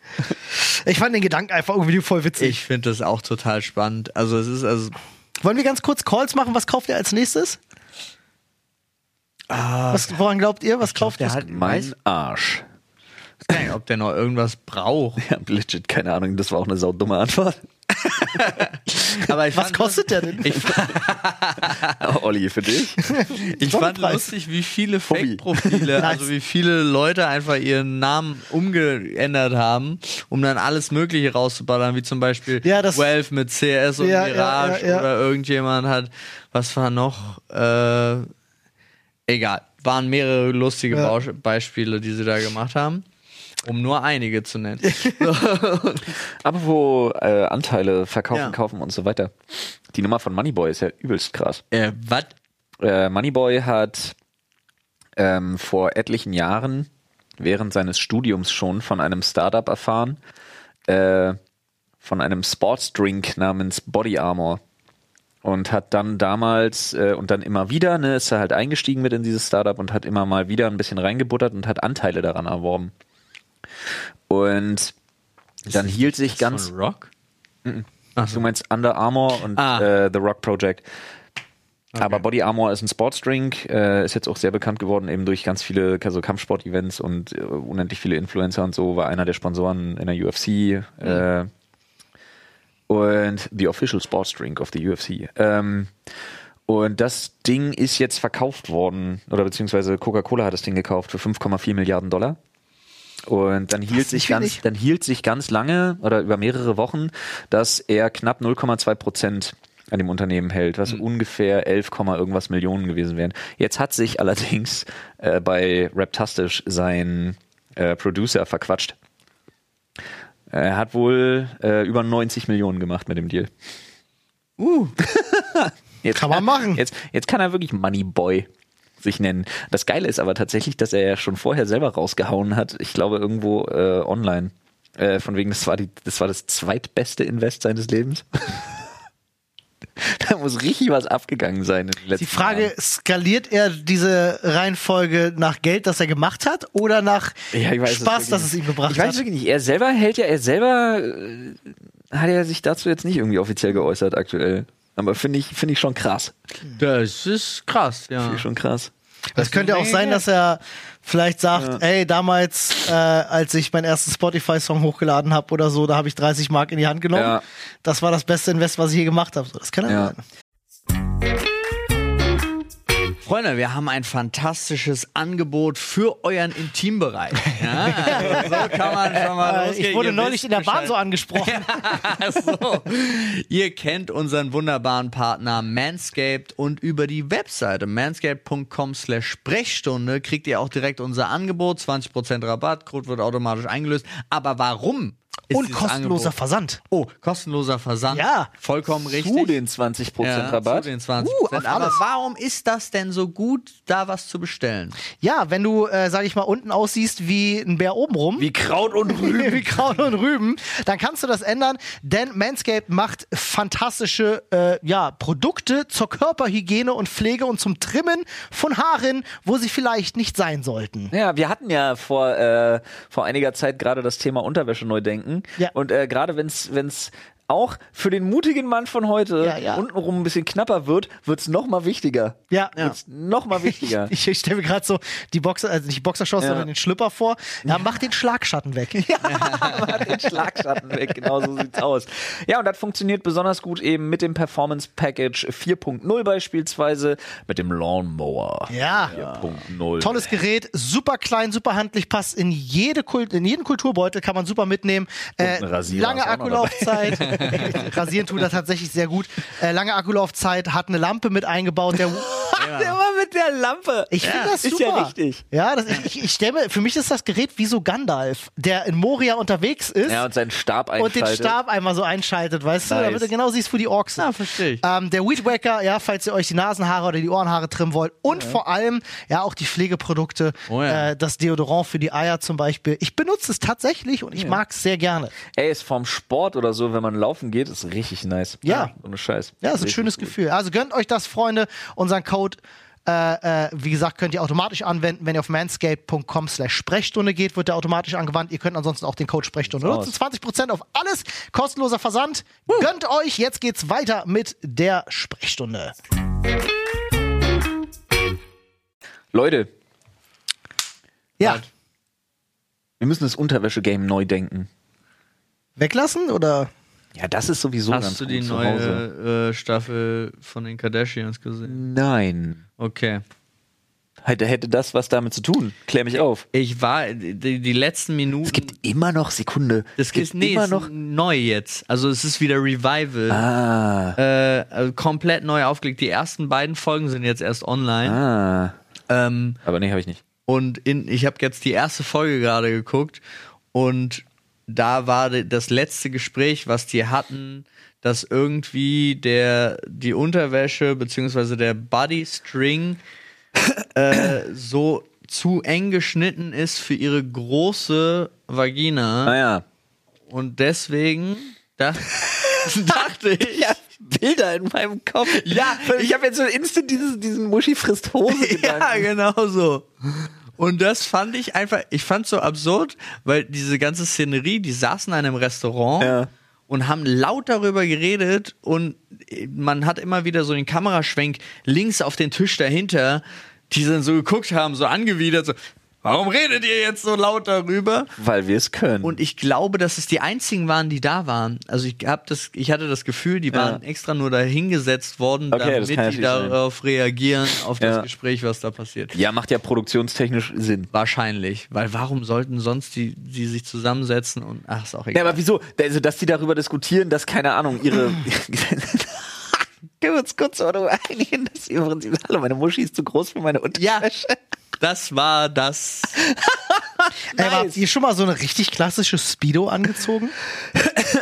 Speaker 3: Ich fand den Gedanken einfach irgendwie voll witzig.
Speaker 1: ich finde das auch total spannend. Also es ist also
Speaker 3: Wollen wir ganz kurz Calls machen? Was kauft ihr als nächstes?
Speaker 2: Ah.
Speaker 3: Was, woran glaubt ihr? Was kauft ihr?
Speaker 2: Mein Arsch.
Speaker 1: Ich weiß nicht, ob der noch irgendwas braucht.
Speaker 2: Ja, legit, keine Ahnung, das war auch eine saudumme Antwort.
Speaker 1: Aber ich
Speaker 3: Was
Speaker 1: fand-
Speaker 3: kostet der denn?
Speaker 1: Ich, fa-
Speaker 2: Aber Olli, für dich?
Speaker 1: ich fand lustig, wie viele
Speaker 2: Hobby.
Speaker 1: Fake-Profile, also wie viele Leute einfach ihren Namen umgeändert haben, um dann alles Mögliche rauszuballern, wie zum Beispiel
Speaker 3: Ja, das-
Speaker 1: Valve mit CS und
Speaker 3: Ja, ja,
Speaker 1: Mirage
Speaker 3: ja, ja.
Speaker 1: oder irgendjemand hat, was war noch? Äh, egal, waren mehrere lustige
Speaker 3: Ja.
Speaker 1: Bausch- Beispiele, die sie da gemacht haben. Um nur einige zu nennen.
Speaker 2: Aber wo äh, Anteile verkaufen,
Speaker 1: Ja.
Speaker 2: kaufen und so weiter. Die Nummer von Moneyboy ist ja übelst krass.
Speaker 1: äh, was?
Speaker 2: Äh, Moneyboy hat ähm, vor etlichen Jahren während seines Studiums schon von einem Startup erfahren, äh, von einem Sportsdrink namens Body Armor. Und hat dann damals äh, und dann immer wieder, ne, ist er halt eingestiegen mit in dieses Startup und hat immer mal wieder ein bisschen reingebuttert und hat Anteile daran erworben. Und dann hielt sich ganz.
Speaker 1: Von Rock?
Speaker 2: Du meinst Under Armour und
Speaker 1: Ah.
Speaker 2: äh, The Rock Project. Aber Body Armor ist ein Sportsdrink, äh, ist jetzt auch sehr bekannt geworden, eben durch ganz viele also Kampfsport-Events und äh, unendlich viele Influencer und so, war einer der Sponsoren in der UFC.
Speaker 1: Mhm.
Speaker 2: Äh, und the official sports drink of the UFC. Ähm, und das Ding ist jetzt verkauft worden, oder beziehungsweise Coca-Cola hat das Ding gekauft für 5,4 Milliarden Dollar. Und dann hielt, sich ganz, dann hielt sich ganz lange oder über mehrere Wochen, dass er knapp 0,2 Prozent an dem Unternehmen hält, was ungefähr 11, Komma irgendwas Millionen gewesen wären. Jetzt hat sich allerdings äh, bei Raptastisch sein äh, Producer verquatscht. Er hat wohl äh, über 90 Millionen gemacht mit dem Deal. Jetzt
Speaker 3: Uh. Kann man machen.
Speaker 2: Jetzt, jetzt kann er wirklich Money Boy sich nennen. Das Geile ist aber tatsächlich, dass er ja schon vorher selber rausgehauen hat. Ich glaube irgendwo äh, online. Äh, von wegen, das war, die, das war das zweitbeste Invest seines Lebens. da muss richtig was abgegangen sein. In den letzten
Speaker 3: Die Frage,
Speaker 2: Jahren.
Speaker 3: skaliert er diese Reihenfolge nach Geld, das er gemacht hat, oder nach
Speaker 2: Ja, ich weiß es
Speaker 3: Spaß,
Speaker 2: wirklich
Speaker 3: das
Speaker 2: nicht.
Speaker 3: es ihm gebracht
Speaker 2: Ich weiß es
Speaker 3: hat?
Speaker 2: wirklich nicht. Er selber hält ja, er selber äh, hat ja sich dazu jetzt nicht irgendwie offiziell geäußert aktuell. Aber finde ich, finde ich schon krass.
Speaker 1: Das ist krass, ja.
Speaker 2: Finde ich schon krass.
Speaker 3: Das könnte auch sein, dass er vielleicht sagt, ey, damals, äh, als ich meinen ersten Spotify-Song hochgeladen habe oder so, da habe ich 30 Mark in die Hand genommen.
Speaker 2: Ja.
Speaker 3: Das war das beste Invest, was ich je gemacht habe. So, das kann er
Speaker 2: Ja.
Speaker 3: sein.
Speaker 1: Freunde, wir haben ein fantastisches Angebot für euren Intimbereich. Ja, also so kann man schon mal
Speaker 5: Äh,
Speaker 1: losgehen.
Speaker 5: ich wurde
Speaker 1: Ihr
Speaker 5: neulich
Speaker 1: wisst
Speaker 5: in der Bahn
Speaker 1: Bescheid.
Speaker 5: so angesprochen.
Speaker 1: Ach so. Ihr kennt unseren wunderbaren Partner Manscaped und über die Webseite manscaped.com slash Sprechstunde kriegt ihr auch direkt unser Angebot. 20% Rabatt, Code wird automatisch eingelöst. Aber warum? ist
Speaker 3: Und
Speaker 1: dieses
Speaker 3: kostenloser
Speaker 1: Angebot-
Speaker 3: Versand.
Speaker 1: Oh, kostenloser Versand.
Speaker 3: Ja.
Speaker 1: Vollkommen richtig.
Speaker 2: Zu den 20%
Speaker 1: Ja,
Speaker 2: Rabatt.
Speaker 1: Zu den 20
Speaker 3: Uh, auf
Speaker 1: Aber
Speaker 3: alles.
Speaker 1: warum ist das denn so gut, da was zu bestellen?
Speaker 3: Ja, wenn du, äh, sag ich mal, unten aussiehst wie ein Bär obenrum.
Speaker 2: Wie Kraut und Rüben.
Speaker 3: wie Kraut und Rüben, dann kannst du das ändern, denn Manscaped macht fantastische äh, ja, Produkte zur Körperhygiene und Pflege und zum Trimmen von Haaren, wo sie vielleicht nicht sein sollten.
Speaker 2: Ja, wir hatten ja vor, äh, vor einiger Zeit gerade das Thema Unterwäsche neu denken.
Speaker 3: Ja.
Speaker 2: Und äh, gerade wenn's wenn's auch für den mutigen Mann von heute
Speaker 3: Ja, ja.
Speaker 2: untenrum ein bisschen knapper wird, wird's noch mal wichtiger.
Speaker 3: Ja.
Speaker 2: Wird's noch mal wichtiger.
Speaker 3: Ich, ich stelle mir gerade so die Boxer, also nicht Boxershorts, sondern den Schlüpper vor. Ja, mach den Schlagschatten weg.
Speaker 2: hat den Schlagschatten weg. Genau so sieht's aus. Ja, und das funktioniert besonders gut eben mit dem Performance Package 4.0 beispielsweise, mit dem Lawnmower
Speaker 3: Ja.
Speaker 2: 4.0.
Speaker 3: Tolles Gerät, super klein, super handlich, passt in jede Kult, in jeden Kulturbeutel, kann man super mitnehmen. Äh,
Speaker 2: ein Rasierer
Speaker 3: lange
Speaker 2: ist auch noch
Speaker 3: Akkulaufzeit. Rasieren tut er tatsächlich sehr gut. Äh, lange Akkulaufzeit, hat eine Lampe mit eingebaut. Der
Speaker 6: Immer mit der Lampe.
Speaker 3: Ich finde das
Speaker 6: ist
Speaker 3: super.
Speaker 6: ja richtig.
Speaker 3: Ja, das, ich, ich stelle mir, für mich ist das Gerät wie so Gandalf, der in Moria unterwegs ist
Speaker 2: Ja, und seinen Stab
Speaker 3: und
Speaker 2: einschaltet.
Speaker 3: den Stab einmal so einschaltet, weißt du,
Speaker 2: Nice.
Speaker 3: damit du genau siehst, wo die Orks sind.
Speaker 1: Ja, verstehe ich.
Speaker 3: Ähm, der Weed Wacker, ja, falls ihr euch die Nasenhaare oder die Ohrenhaare trimmen wollt. Und vor allem, ja, auch die Pflegeprodukte,
Speaker 1: Oh ja.
Speaker 3: äh, das Deodorant für die Eier zum Beispiel. Ich benutze es tatsächlich und ich mag es sehr gerne.
Speaker 2: Ey, ist vom Sport oder so, wenn man laufen geht, ist richtig nice.
Speaker 3: Ja.
Speaker 2: Ohne Scheiß.
Speaker 3: Ja, ist ein
Speaker 2: Richtig
Speaker 3: schönes
Speaker 2: gut.
Speaker 3: Gefühl. Also gönnt euch das, Freunde. Unseren Code, äh, äh, wie gesagt, könnt ihr automatisch anwenden. Wenn ihr auf manscape.com slash Sprechstunde geht, wird der automatisch angewandt. Ihr könnt ansonsten auch den Code Sprechstunde nutzen. 20% auf alles. Kostenloser Versand. Gönnt euch. Jetzt geht's weiter mit der Sprechstunde.
Speaker 2: Leute,
Speaker 3: Ja.
Speaker 2: wir müssen das Unterwäsche-Game neu denken.
Speaker 3: Weglassen oder?
Speaker 2: Ja, das ist sowieso ganz
Speaker 1: Hast du
Speaker 2: gut
Speaker 1: die
Speaker 2: zu Hause.
Speaker 1: neue äh, Staffel von den Kardashians gesehen?
Speaker 2: Nein.
Speaker 1: Okay.
Speaker 2: Hätte, hätte das was damit zu tun? Klär mich auf.
Speaker 1: Ich war die, die letzten Minuten.
Speaker 2: Es gibt immer noch Sekunde.
Speaker 1: das
Speaker 2: es gibt
Speaker 1: ist, nee,
Speaker 2: immer
Speaker 1: ist
Speaker 2: noch.
Speaker 1: neu jetzt. Also es ist wieder Revival.
Speaker 2: Ah,
Speaker 1: Äh, also komplett neu aufgelegt. Die ersten beiden Folgen sind jetzt erst online.
Speaker 2: ah.
Speaker 1: Ähm,
Speaker 2: Aber nee, habe ich nicht.
Speaker 1: Und in, ich habe jetzt die erste Folge gerade geguckt und da war de- das letzte Gespräch, was die hatten, dass irgendwie der die Unterwäsche beziehungsweise der Bodystring äh, so zu eng geschnitten ist für ihre große Vagina
Speaker 2: Naja.
Speaker 1: und deswegen dach- dachte ich
Speaker 2: Bilder in meinem Kopf.
Speaker 1: Ja,
Speaker 2: ich habe jetzt so instant dieses, diesen Muschi frisst Hose
Speaker 1: Ja, genau so. Und das fand ich einfach, ich fand so absurd, weil diese ganze Szenerie, die saßen in einem Restaurant
Speaker 2: Ja.
Speaker 1: und haben laut darüber geredet und äh, man hat immer wieder so den Kameraschwenk links auf den Tisch dahinter, die dann so geguckt haben, so angewidert, so, warum redet ihr jetzt so laut darüber?
Speaker 2: Weil wir es können.
Speaker 1: Und ich glaube, dass es die einzigen waren, die da waren. Also ich hab das, ich hatte das Gefühl, die waren extra nur dahingesetzt worden,
Speaker 2: Okay, das kann
Speaker 1: damit die
Speaker 2: natürlich sein.
Speaker 1: darauf reagieren, auf das
Speaker 2: Ja.
Speaker 1: Gespräch, was da passiert.
Speaker 2: ja, macht ja produktionstechnisch Sinn.
Speaker 1: Wahrscheinlich. Weil warum sollten sonst die, die sich zusammensetzen und ach, ist auch
Speaker 2: Ja,
Speaker 1: egal.
Speaker 2: aber wieso? Also, dass die darüber diskutieren, dass, keine Ahnung, ihre. Können wir uns kurz darüber einigen, dass sie im Prinzip, hallo, meine Muschi ist zu groß für meine
Speaker 1: ja,
Speaker 2: Unterwäsche.
Speaker 1: das war das.
Speaker 3: Ey, aber habt ihr schon mal so eine richtig klassische Speedo angezogen?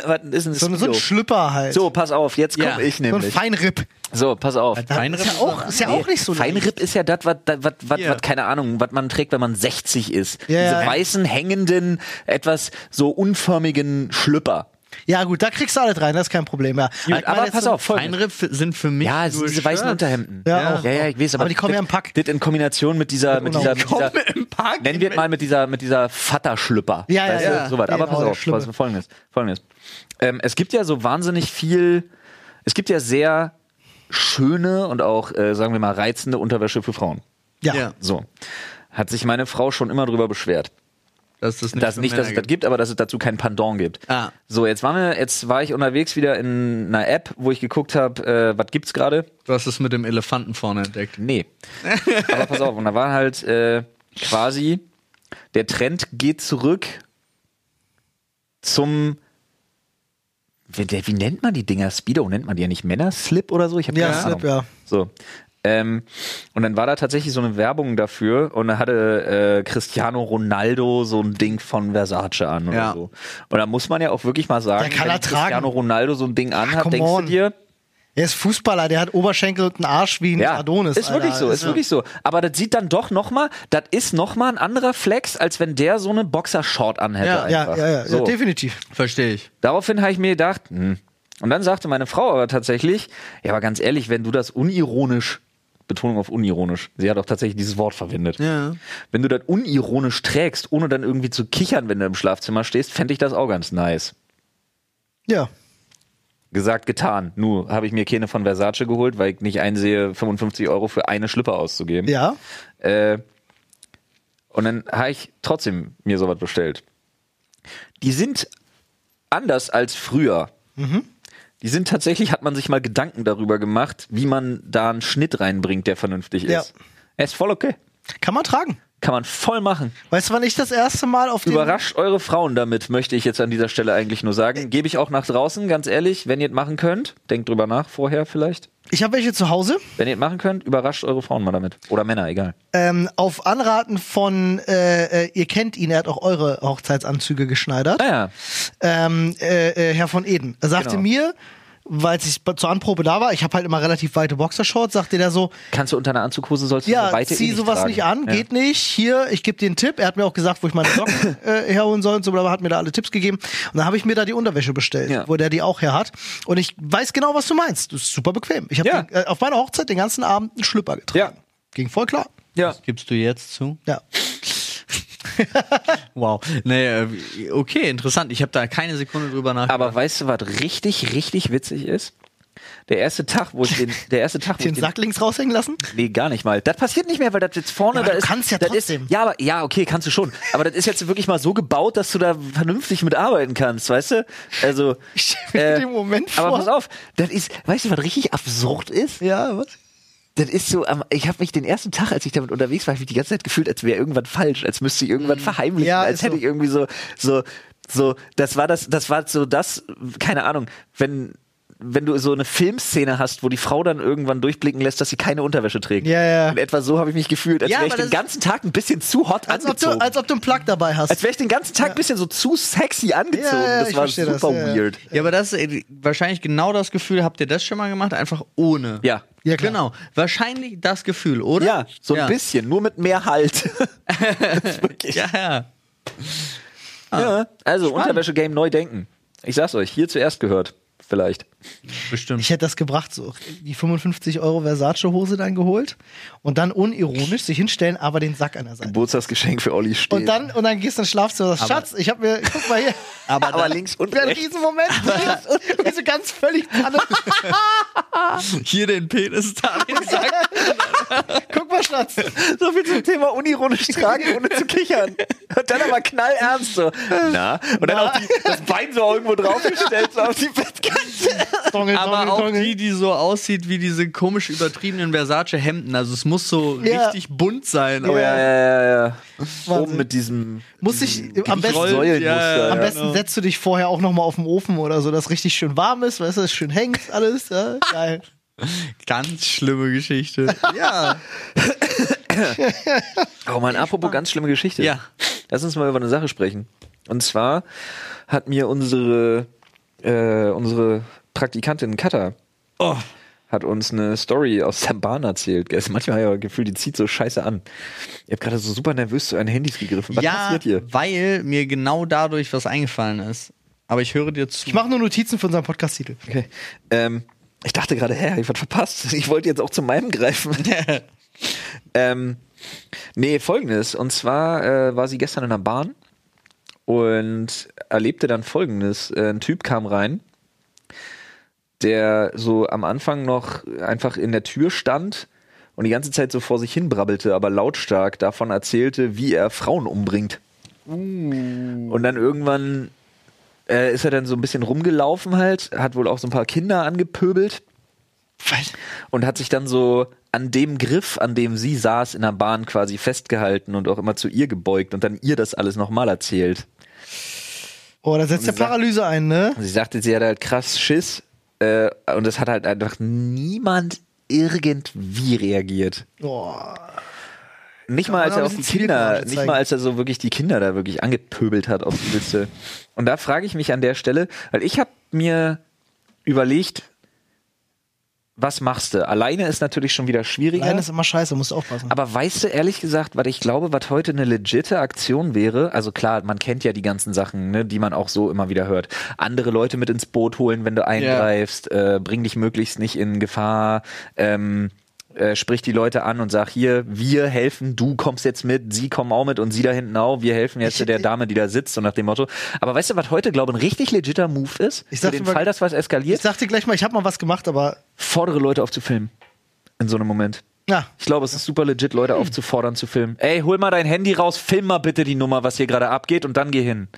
Speaker 2: Was ist denn das?
Speaker 3: So, eine- so ein
Speaker 2: Video?
Speaker 3: Schlüpper halt.
Speaker 2: so, pass auf, jetzt komme
Speaker 1: Ja.
Speaker 2: ich
Speaker 3: so ein
Speaker 2: nämlich.
Speaker 3: Feinripp.
Speaker 2: So, pass auf.
Speaker 3: Ist ja auch, ist ja auch nicht so leicht.
Speaker 2: Feinripp ist ja das, was, was, was,
Speaker 1: Ja.
Speaker 2: was, keine Ahnung, was man trägt, wenn man 60 ist.
Speaker 3: Ja,
Speaker 2: Diese
Speaker 3: ja.
Speaker 2: weißen, hängenden, etwas so unförmigen Schlüpper. Halt,
Speaker 3: Ja, gut, da kriegst du alles rein, das ist kein Problem. Ja. Ich meine
Speaker 2: aber
Speaker 3: jetzt
Speaker 2: pass
Speaker 3: so-
Speaker 2: auf, folgendes.
Speaker 1: Feinripp sind für mich.
Speaker 2: Ja, es sind
Speaker 1: nur
Speaker 2: diese weißen
Speaker 1: Shirts.
Speaker 2: Unterhemden.
Speaker 3: Ja,
Speaker 2: ja,
Speaker 3: auch.
Speaker 2: ja, ich weiß, aber
Speaker 3: Aber die kommen ja im Pack.
Speaker 2: Das in Kombination mit dieser, mit
Speaker 3: Genau.
Speaker 2: dieser,
Speaker 3: Die
Speaker 2: mit dieser
Speaker 1: kommen im Pack.
Speaker 2: nennen wir es mal mit dieser, mit dieser Vaterschlüpper.
Speaker 3: Ja, ja,
Speaker 2: weißt du,
Speaker 3: ja.
Speaker 2: sowas. Aber
Speaker 3: Genau,
Speaker 2: pass
Speaker 3: der
Speaker 2: auf,
Speaker 3: Schlüpper.
Speaker 2: pass auf, folgendes, folgendes. Ähm, es gibt ja so wahnsinnig viel, es gibt ja sehr schöne und auch, äh, sagen wir mal, reizende Unterwäsche für Frauen.
Speaker 3: Ja.
Speaker 1: Ja,
Speaker 2: So. Hat sich meine Frau schon immer drüber beschwert
Speaker 1: das ist nicht,
Speaker 2: dass
Speaker 1: für
Speaker 2: nicht, dass es
Speaker 1: Männer
Speaker 2: das gibt, aber dass es dazu kein Pendant gibt.
Speaker 1: Ah.
Speaker 2: So, jetzt waren wir, jetzt war ich unterwegs wieder in einer App, wo ich geguckt habe, äh, was gibt's gerade?
Speaker 1: Du hast es mit dem Elefanten vorne entdeckt.
Speaker 2: Nee. aber pass auf, und da war halt äh, quasi der Trend geht zurück zum wie, der, wie nennt man die Dinger? Speedo nennt man die ja nicht Männer? Slip oder so? Ich habe
Speaker 3: Ja,
Speaker 2: keine
Speaker 3: Slip,
Speaker 2: Ahnung.
Speaker 3: ja.
Speaker 2: So. Ähm, und dann war da tatsächlich so eine Werbung dafür und da hatte äh, Cristiano Ronaldo so ein Ding von Versace an oder
Speaker 1: Ja.
Speaker 2: so. Und da muss man ja auch wirklich mal sagen,
Speaker 3: Der kann er tragen.
Speaker 2: Cristiano Ronaldo so ein Ding anhat,
Speaker 3: come
Speaker 2: denkst
Speaker 3: on.
Speaker 2: du dir,
Speaker 3: Er ist Fußballer, der hat Oberschenkel und einen Arsch wie ein
Speaker 2: ja,
Speaker 3: Adonis.
Speaker 2: ist wirklich
Speaker 3: Alter. Also,
Speaker 2: so, ist
Speaker 3: Ja.
Speaker 2: wirklich so. Aber das sieht dann doch nochmal, das ist nochmal ein anderer Flex, als wenn der so eine Boxershort anhätte.
Speaker 1: Ja,
Speaker 2: einfach.
Speaker 3: Ja, ja, ja,
Speaker 2: so.
Speaker 3: ja, definitiv.
Speaker 1: Verstehe ich.
Speaker 2: Daraufhin habe ich mir gedacht, hm. und dann sagte meine Frau aber tatsächlich, ja, aber ganz ehrlich, wenn du das unironisch, Betonung auf unironisch, sie hat auch tatsächlich dieses Wort verwendet,
Speaker 1: Ja.
Speaker 2: wenn du das unironisch trägst, ohne dann irgendwie zu kichern, wenn du im Schlafzimmer stehst, fände ich das auch ganz nice.
Speaker 3: Ja.
Speaker 2: Gesagt, getan. Nur habe ich mir keine von Versace geholt, weil ich nicht einsehe, 55 Euro für eine Schlippe auszugeben.
Speaker 3: Ja.
Speaker 2: Äh, und dann habe ich trotzdem mir sowas bestellt. Die sind anders als früher.
Speaker 3: Mhm.
Speaker 2: Die sind tatsächlich, hat man sich mal Gedanken darüber gemacht, wie man da einen Schnitt reinbringt, der vernünftig
Speaker 3: Ja.
Speaker 2: ist. Er ist voll okay.
Speaker 3: Kann man tragen.
Speaker 2: Kann man voll machen.
Speaker 3: Weißt du, wann ich das erste Mal auf den
Speaker 2: Überrascht eure Frauen damit, möchte ich jetzt an dieser Stelle eigentlich nur
Speaker 3: Äh.
Speaker 2: sagen. Gebe ich auch nach draußen, ganz ehrlich, wenn ihr es machen könnt, denkt drüber nach vorher vielleicht.
Speaker 3: Ich habe welche zu Hause.
Speaker 2: Wenn ihr es machen könnt, überrascht eure Frauen mal damit. Oder Männer, egal.
Speaker 3: Ähm, auf Anraten von, äh, äh, ihr kennt ihn, er hat auch eure Hochzeitsanzüge geschneidert.
Speaker 2: Naja,
Speaker 3: ähm, äh, äh, Herr von Eden. Er sagte
Speaker 2: Genau.
Speaker 3: mir, weil ich zur Anprobe da war, ich habe halt immer relativ weite Boxershorts, sagte der so,
Speaker 2: kannst du unter einer Anzughose, sollst du eine
Speaker 3: ja,
Speaker 2: weite eh
Speaker 3: zieh
Speaker 2: nicht
Speaker 3: sowas
Speaker 2: tragen.
Speaker 3: nicht an, geht nicht, hier, ich gebe dir einen Tipp. Er hat mir auch gesagt, wo ich meine Socken äh, herholen soll und so, aber hat mir da alle Tipps gegeben. Und dann habe ich mir da die Unterwäsche bestellt,
Speaker 2: Ja.
Speaker 3: wo der die auch her hat. Und ich weiß genau, was du meinst. Das ist super bequem. Ich habe
Speaker 2: Ja.
Speaker 3: den- äh, auf meiner Hochzeit den ganzen Abend einen Schlüpper getragen.
Speaker 2: Ja.
Speaker 3: Ging voll klar.
Speaker 2: Ja.
Speaker 1: Was gibst du jetzt zu?
Speaker 3: Ja.
Speaker 1: Wow. Nee, äh, okay, interessant. Ich habe da keine Sekunde drüber nachgedacht.
Speaker 2: Aber weißt du, was richtig, richtig witzig ist? Der erste Tag, wo ich den, der erste Tag, wo
Speaker 3: Den
Speaker 2: ich den
Speaker 3: Sack links raushängen lassen?
Speaker 2: Nee, gar nicht mal. Das passiert nicht mehr, weil das jetzt vorne
Speaker 3: Ja, aber
Speaker 2: da
Speaker 3: du
Speaker 2: ist.
Speaker 3: kannst ja
Speaker 2: das
Speaker 3: trotzdem.
Speaker 2: Ist, ja, aber ja, okay, kannst du schon. Aber das ist jetzt wirklich mal so gebaut, dass du da vernünftig mitarbeiten kannst, weißt du? Also
Speaker 3: Ich stell mir den Moment vor.
Speaker 2: Aber pass auf, das ist, weißt du, was richtig absurd ist?
Speaker 3: Ja, was?
Speaker 2: Das ist so, am- ich habe mich den ersten Tag, als ich damit unterwegs war, hab ich mich die ganze Zeit gefühlt, als wäre irgendwas falsch, als müsste ich irgendwas verheimlichen,
Speaker 3: Mhm. Ja,
Speaker 2: als
Speaker 3: ist
Speaker 2: hätte
Speaker 3: so.
Speaker 2: ich irgendwie so, so, so, das war das, das war so das, keine Ahnung, wenn, wenn du so eine Filmszene hast, wo die Frau dann irgendwann durchblicken lässt, dass sie keine Unterwäsche trägt.
Speaker 3: Ja, ja.
Speaker 2: In etwa so habe ich mich gefühlt, als
Speaker 3: Ja,
Speaker 2: wäre ich
Speaker 3: aber
Speaker 2: den
Speaker 3: das-
Speaker 2: ganzen Tag ein bisschen zu hot
Speaker 3: Als ob, du,
Speaker 2: angezogen.
Speaker 3: als ob du einen Plug dabei hast.
Speaker 2: als wäre ich den ganzen Tag ein bisschen so zu sexy angezogen.
Speaker 3: Ja, ja,
Speaker 2: das
Speaker 3: ich
Speaker 2: war
Speaker 3: verstehe
Speaker 2: super
Speaker 3: das, ja, ja.
Speaker 2: weird.
Speaker 1: Ja, aber das ist äh, wahrscheinlich genau das Gefühl. Habt ihr das schon mal gemacht? Einfach ohne.
Speaker 2: Ja.
Speaker 3: Ja, klar.
Speaker 1: genau. Wahrscheinlich das Gefühl, oder?
Speaker 2: Ja, so ein bisschen, nur mit mehr Halt.
Speaker 1: Ja, ja.
Speaker 2: Ja, also Unterwäsche-Game neu denken. Ich sag's euch, hier zuerst gehört. Vielleicht.
Speaker 1: Bestimmt.
Speaker 3: Ich hätte das gebracht, so die 55 Euro Versace-Hose dann geholt und dann unironisch sich hinstellen, aber den Sack an der Seite.
Speaker 2: Geburtstagsgeschenk für Olli steht.
Speaker 3: Und dann, und dann gehst du ins Schlafzimmer und sagst, Schatz, ich hab mir, guck mal hier.
Speaker 2: aber, aber links und
Speaker 3: Ja, ein
Speaker 2: rechts.
Speaker 3: Riesenmoment. Ja. Und so ganz völlig anders.
Speaker 1: Hier den Penis da in den Sack.
Speaker 3: Guck mal, Schatz.
Speaker 2: So viel zum Thema unironisch tragen, ohne zu kichern. Und dann aber knallernst so. Na? Und dann auch die, das Bein so irgendwo draufgestellt, so auf die Bettkante.
Speaker 3: Dongel,
Speaker 1: Aber
Speaker 3: dongel,
Speaker 1: auch
Speaker 3: dongel.
Speaker 1: die, die so aussieht wie diese komisch übertriebenen Versace-Hemden. Also es muss so
Speaker 3: Ja.
Speaker 1: richtig bunt sein.
Speaker 2: Oh ja, ja, ja, ja. Oben
Speaker 3: Wahnsinn.
Speaker 2: mit diesem
Speaker 3: Muss ich am besten.
Speaker 1: Rollen, ja, genau. ne? ja.
Speaker 3: Am
Speaker 2: Säulenmuster.
Speaker 3: besten setzt du dich vorher auch nochmal auf den Ofen oder so, dass richtig schön warm ist, weißt du, dass schön hängt alles. Ja, geil.
Speaker 1: Ganz schlimme Geschichte. ja.
Speaker 2: Oh man, apropos ganz schlimme Geschichte.
Speaker 1: Ja.
Speaker 2: Lass uns mal über eine Sache sprechen. Und zwar hat mir unsere, äh, unsere Praktikantin Katha
Speaker 1: Oh.
Speaker 2: hat uns eine Story aus der Bahn erzählt. Also manchmal habe ich das Gefühl, die zieht so scheiße an. Ihr habt gerade so super nervös zu euren Handys gegriffen. Was
Speaker 1: Ja,
Speaker 2: passiert hier?
Speaker 1: weil mir genau dadurch was eingefallen ist. Aber ich höre dir zu.
Speaker 3: Ich mache nur Notizen für unseren Podcast-Titel.
Speaker 2: Okay. Ähm, ich dachte gerade, hä, hab ich was verpasst. Ich wollte jetzt auch zu meinem greifen. ähm, nee, folgendes. Und zwar äh, war sie gestern in der Bahn und erlebte dann folgendes. Äh, ein Typ kam rein, der so am Anfang noch einfach in der Tür stand und die ganze Zeit so vor sich hin brabbelte, aber lautstark davon erzählte, wie er Frauen umbringt. Und dann irgendwann äh, ist er dann so ein bisschen rumgelaufen halt, hat wohl auch so ein paar Kinder angepöbelt und hat sich dann so an dem Griff, an dem sie saß in der Bahn quasi festgehalten und auch immer zu ihr gebeugt und dann ihr das alles nochmal erzählt.
Speaker 3: Oh, da setzt der Paralyse ein, ne?
Speaker 2: Und sie sagte, sie hatte halt krass Schiss äh, und es hat halt einfach niemand irgendwie reagiert.
Speaker 3: Boah.
Speaker 2: Nicht mal,
Speaker 3: man
Speaker 2: als
Speaker 3: auch
Speaker 2: er
Speaker 3: ein
Speaker 2: auf die
Speaker 3: bisschen
Speaker 2: Kinder,
Speaker 3: Zielcourage
Speaker 2: nicht
Speaker 3: zeigen.
Speaker 2: mal, als er so wirklich die Kinder da wirklich angepöbelt hat auf die Liste. Und da frage ich mich an der Stelle, weil ich habe mir überlegt, was machst du? Alleine ist natürlich schon wieder schwieriger.
Speaker 3: Nein, ist immer scheiße, musst du aufpassen.
Speaker 2: Aber weißt du, ehrlich gesagt, was ich glaube, was heute eine legitime Aktion wäre, also klar, man kennt ja die ganzen Sachen, ne, die man auch so immer wieder hört. Andere Leute mit ins Boot holen, wenn du eingreifst, äh, bring dich möglichst nicht in Gefahr, ähm, äh, sprich die Leute an und sag hier, wir helfen, du kommst jetzt mit, sie kommen auch mit und sie da hinten auch, wir helfen jetzt der Dame, die da sitzt, so nach dem Motto. Aber weißt du, was heute, glaube ich, ein richtig legiter Move ist?
Speaker 3: Ich
Speaker 2: Für
Speaker 3: sag
Speaker 2: den
Speaker 3: immer-
Speaker 2: Fall, dass was
Speaker 3: Ich
Speaker 2: eskaliert,
Speaker 3: sagte gleich mal, ich habe mal was gemacht, aber
Speaker 2: fordere Leute auf zu filmen. In so einem Moment.
Speaker 3: ja, Hm.
Speaker 2: Ich glaube, es ist super legit, Leute aufzufordern zu filmen. Ey, hol mal dein Handy raus, film mal bitte die Nummer, was hier gerade abgeht und dann geh hin.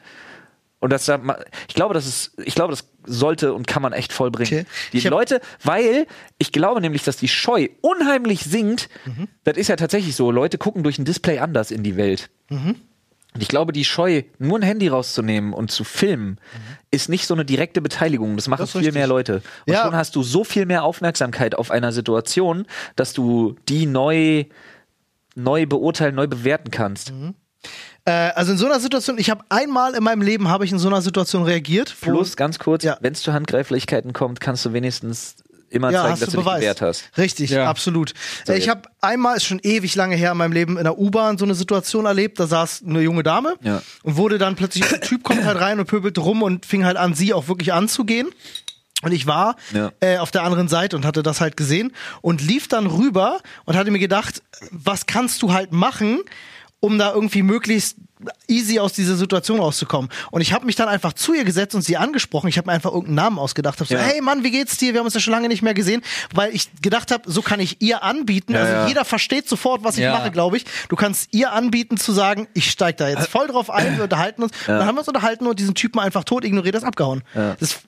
Speaker 2: Und das, da ma- ich glaube, das ist, ich glaube, das sollte und kann man echt vollbringen.
Speaker 3: Okay.
Speaker 2: Die
Speaker 3: Ich hab-
Speaker 2: Leute, weil ich glaube nämlich, dass die Scheu unheimlich sinkt.
Speaker 3: Mhm.
Speaker 2: Das ist ja tatsächlich so. Leute gucken durch ein Display anders in die Welt.
Speaker 3: Mhm.
Speaker 2: Und ich glaube, die Scheu, nur ein Handy rauszunehmen und zu filmen, ist nicht so eine direkte Beteiligung. Das machen
Speaker 3: Mhm. Das ist
Speaker 2: viel
Speaker 3: richtig.
Speaker 2: mehr Leute. Und
Speaker 3: Ja.
Speaker 2: schon hast du so viel mehr Aufmerksamkeit auf einer Situation, dass du die neu, neu beurteilen, neu bewerten kannst.
Speaker 3: Äh, also in so einer Situation, ich habe einmal in meinem Leben habe ich in so einer Situation reagiert. wo-
Speaker 2: Plus, ganz kurz,
Speaker 3: Ja.
Speaker 2: wenn es zu Handgreiflichkeiten kommt, kannst du wenigstens immer
Speaker 3: ja,
Speaker 2: zeigen,
Speaker 3: hast
Speaker 2: dass du,
Speaker 3: du
Speaker 2: dich
Speaker 3: Beweis.
Speaker 2: gewehrt hast.
Speaker 3: Richtig,
Speaker 1: Ja.
Speaker 3: absolut. Äh, ich habe einmal, ist schon ewig lange her in meinem Leben, in der U-Bahn so eine Situation erlebt, da saß eine junge Dame
Speaker 2: Ja.
Speaker 3: und wurde dann plötzlich, ein Typ kommt halt rein und pöbelt rum und fing halt an, sie auch wirklich anzugehen. Und ich war
Speaker 2: Ja.
Speaker 3: äh, auf der anderen Seite und hatte das halt gesehen und lief dann rüber und hatte mir gedacht, was kannst du halt machen, um da irgendwie möglichst easy aus dieser Situation rauszukommen. Und ich habe mich dann einfach zu ihr gesetzt und sie angesprochen. Ich habe mir einfach irgendeinen Namen ausgedacht. Hab so,
Speaker 2: Ja.
Speaker 3: hey Mann, wie geht's dir? Wir haben uns ja schon lange nicht mehr gesehen, weil ich gedacht habe, so kann ich ihr anbieten. also
Speaker 2: ja.
Speaker 3: jeder versteht sofort, was ich
Speaker 1: Ja.
Speaker 3: mache, glaube ich. Du kannst ihr anbieten zu sagen, ich steig da
Speaker 2: Äh.
Speaker 3: jetzt voll drauf ein, wir unterhalten uns. Und dann haben wir uns unterhalten und diesen Typen einfach tot ignoriert, das abgehauen. Das ist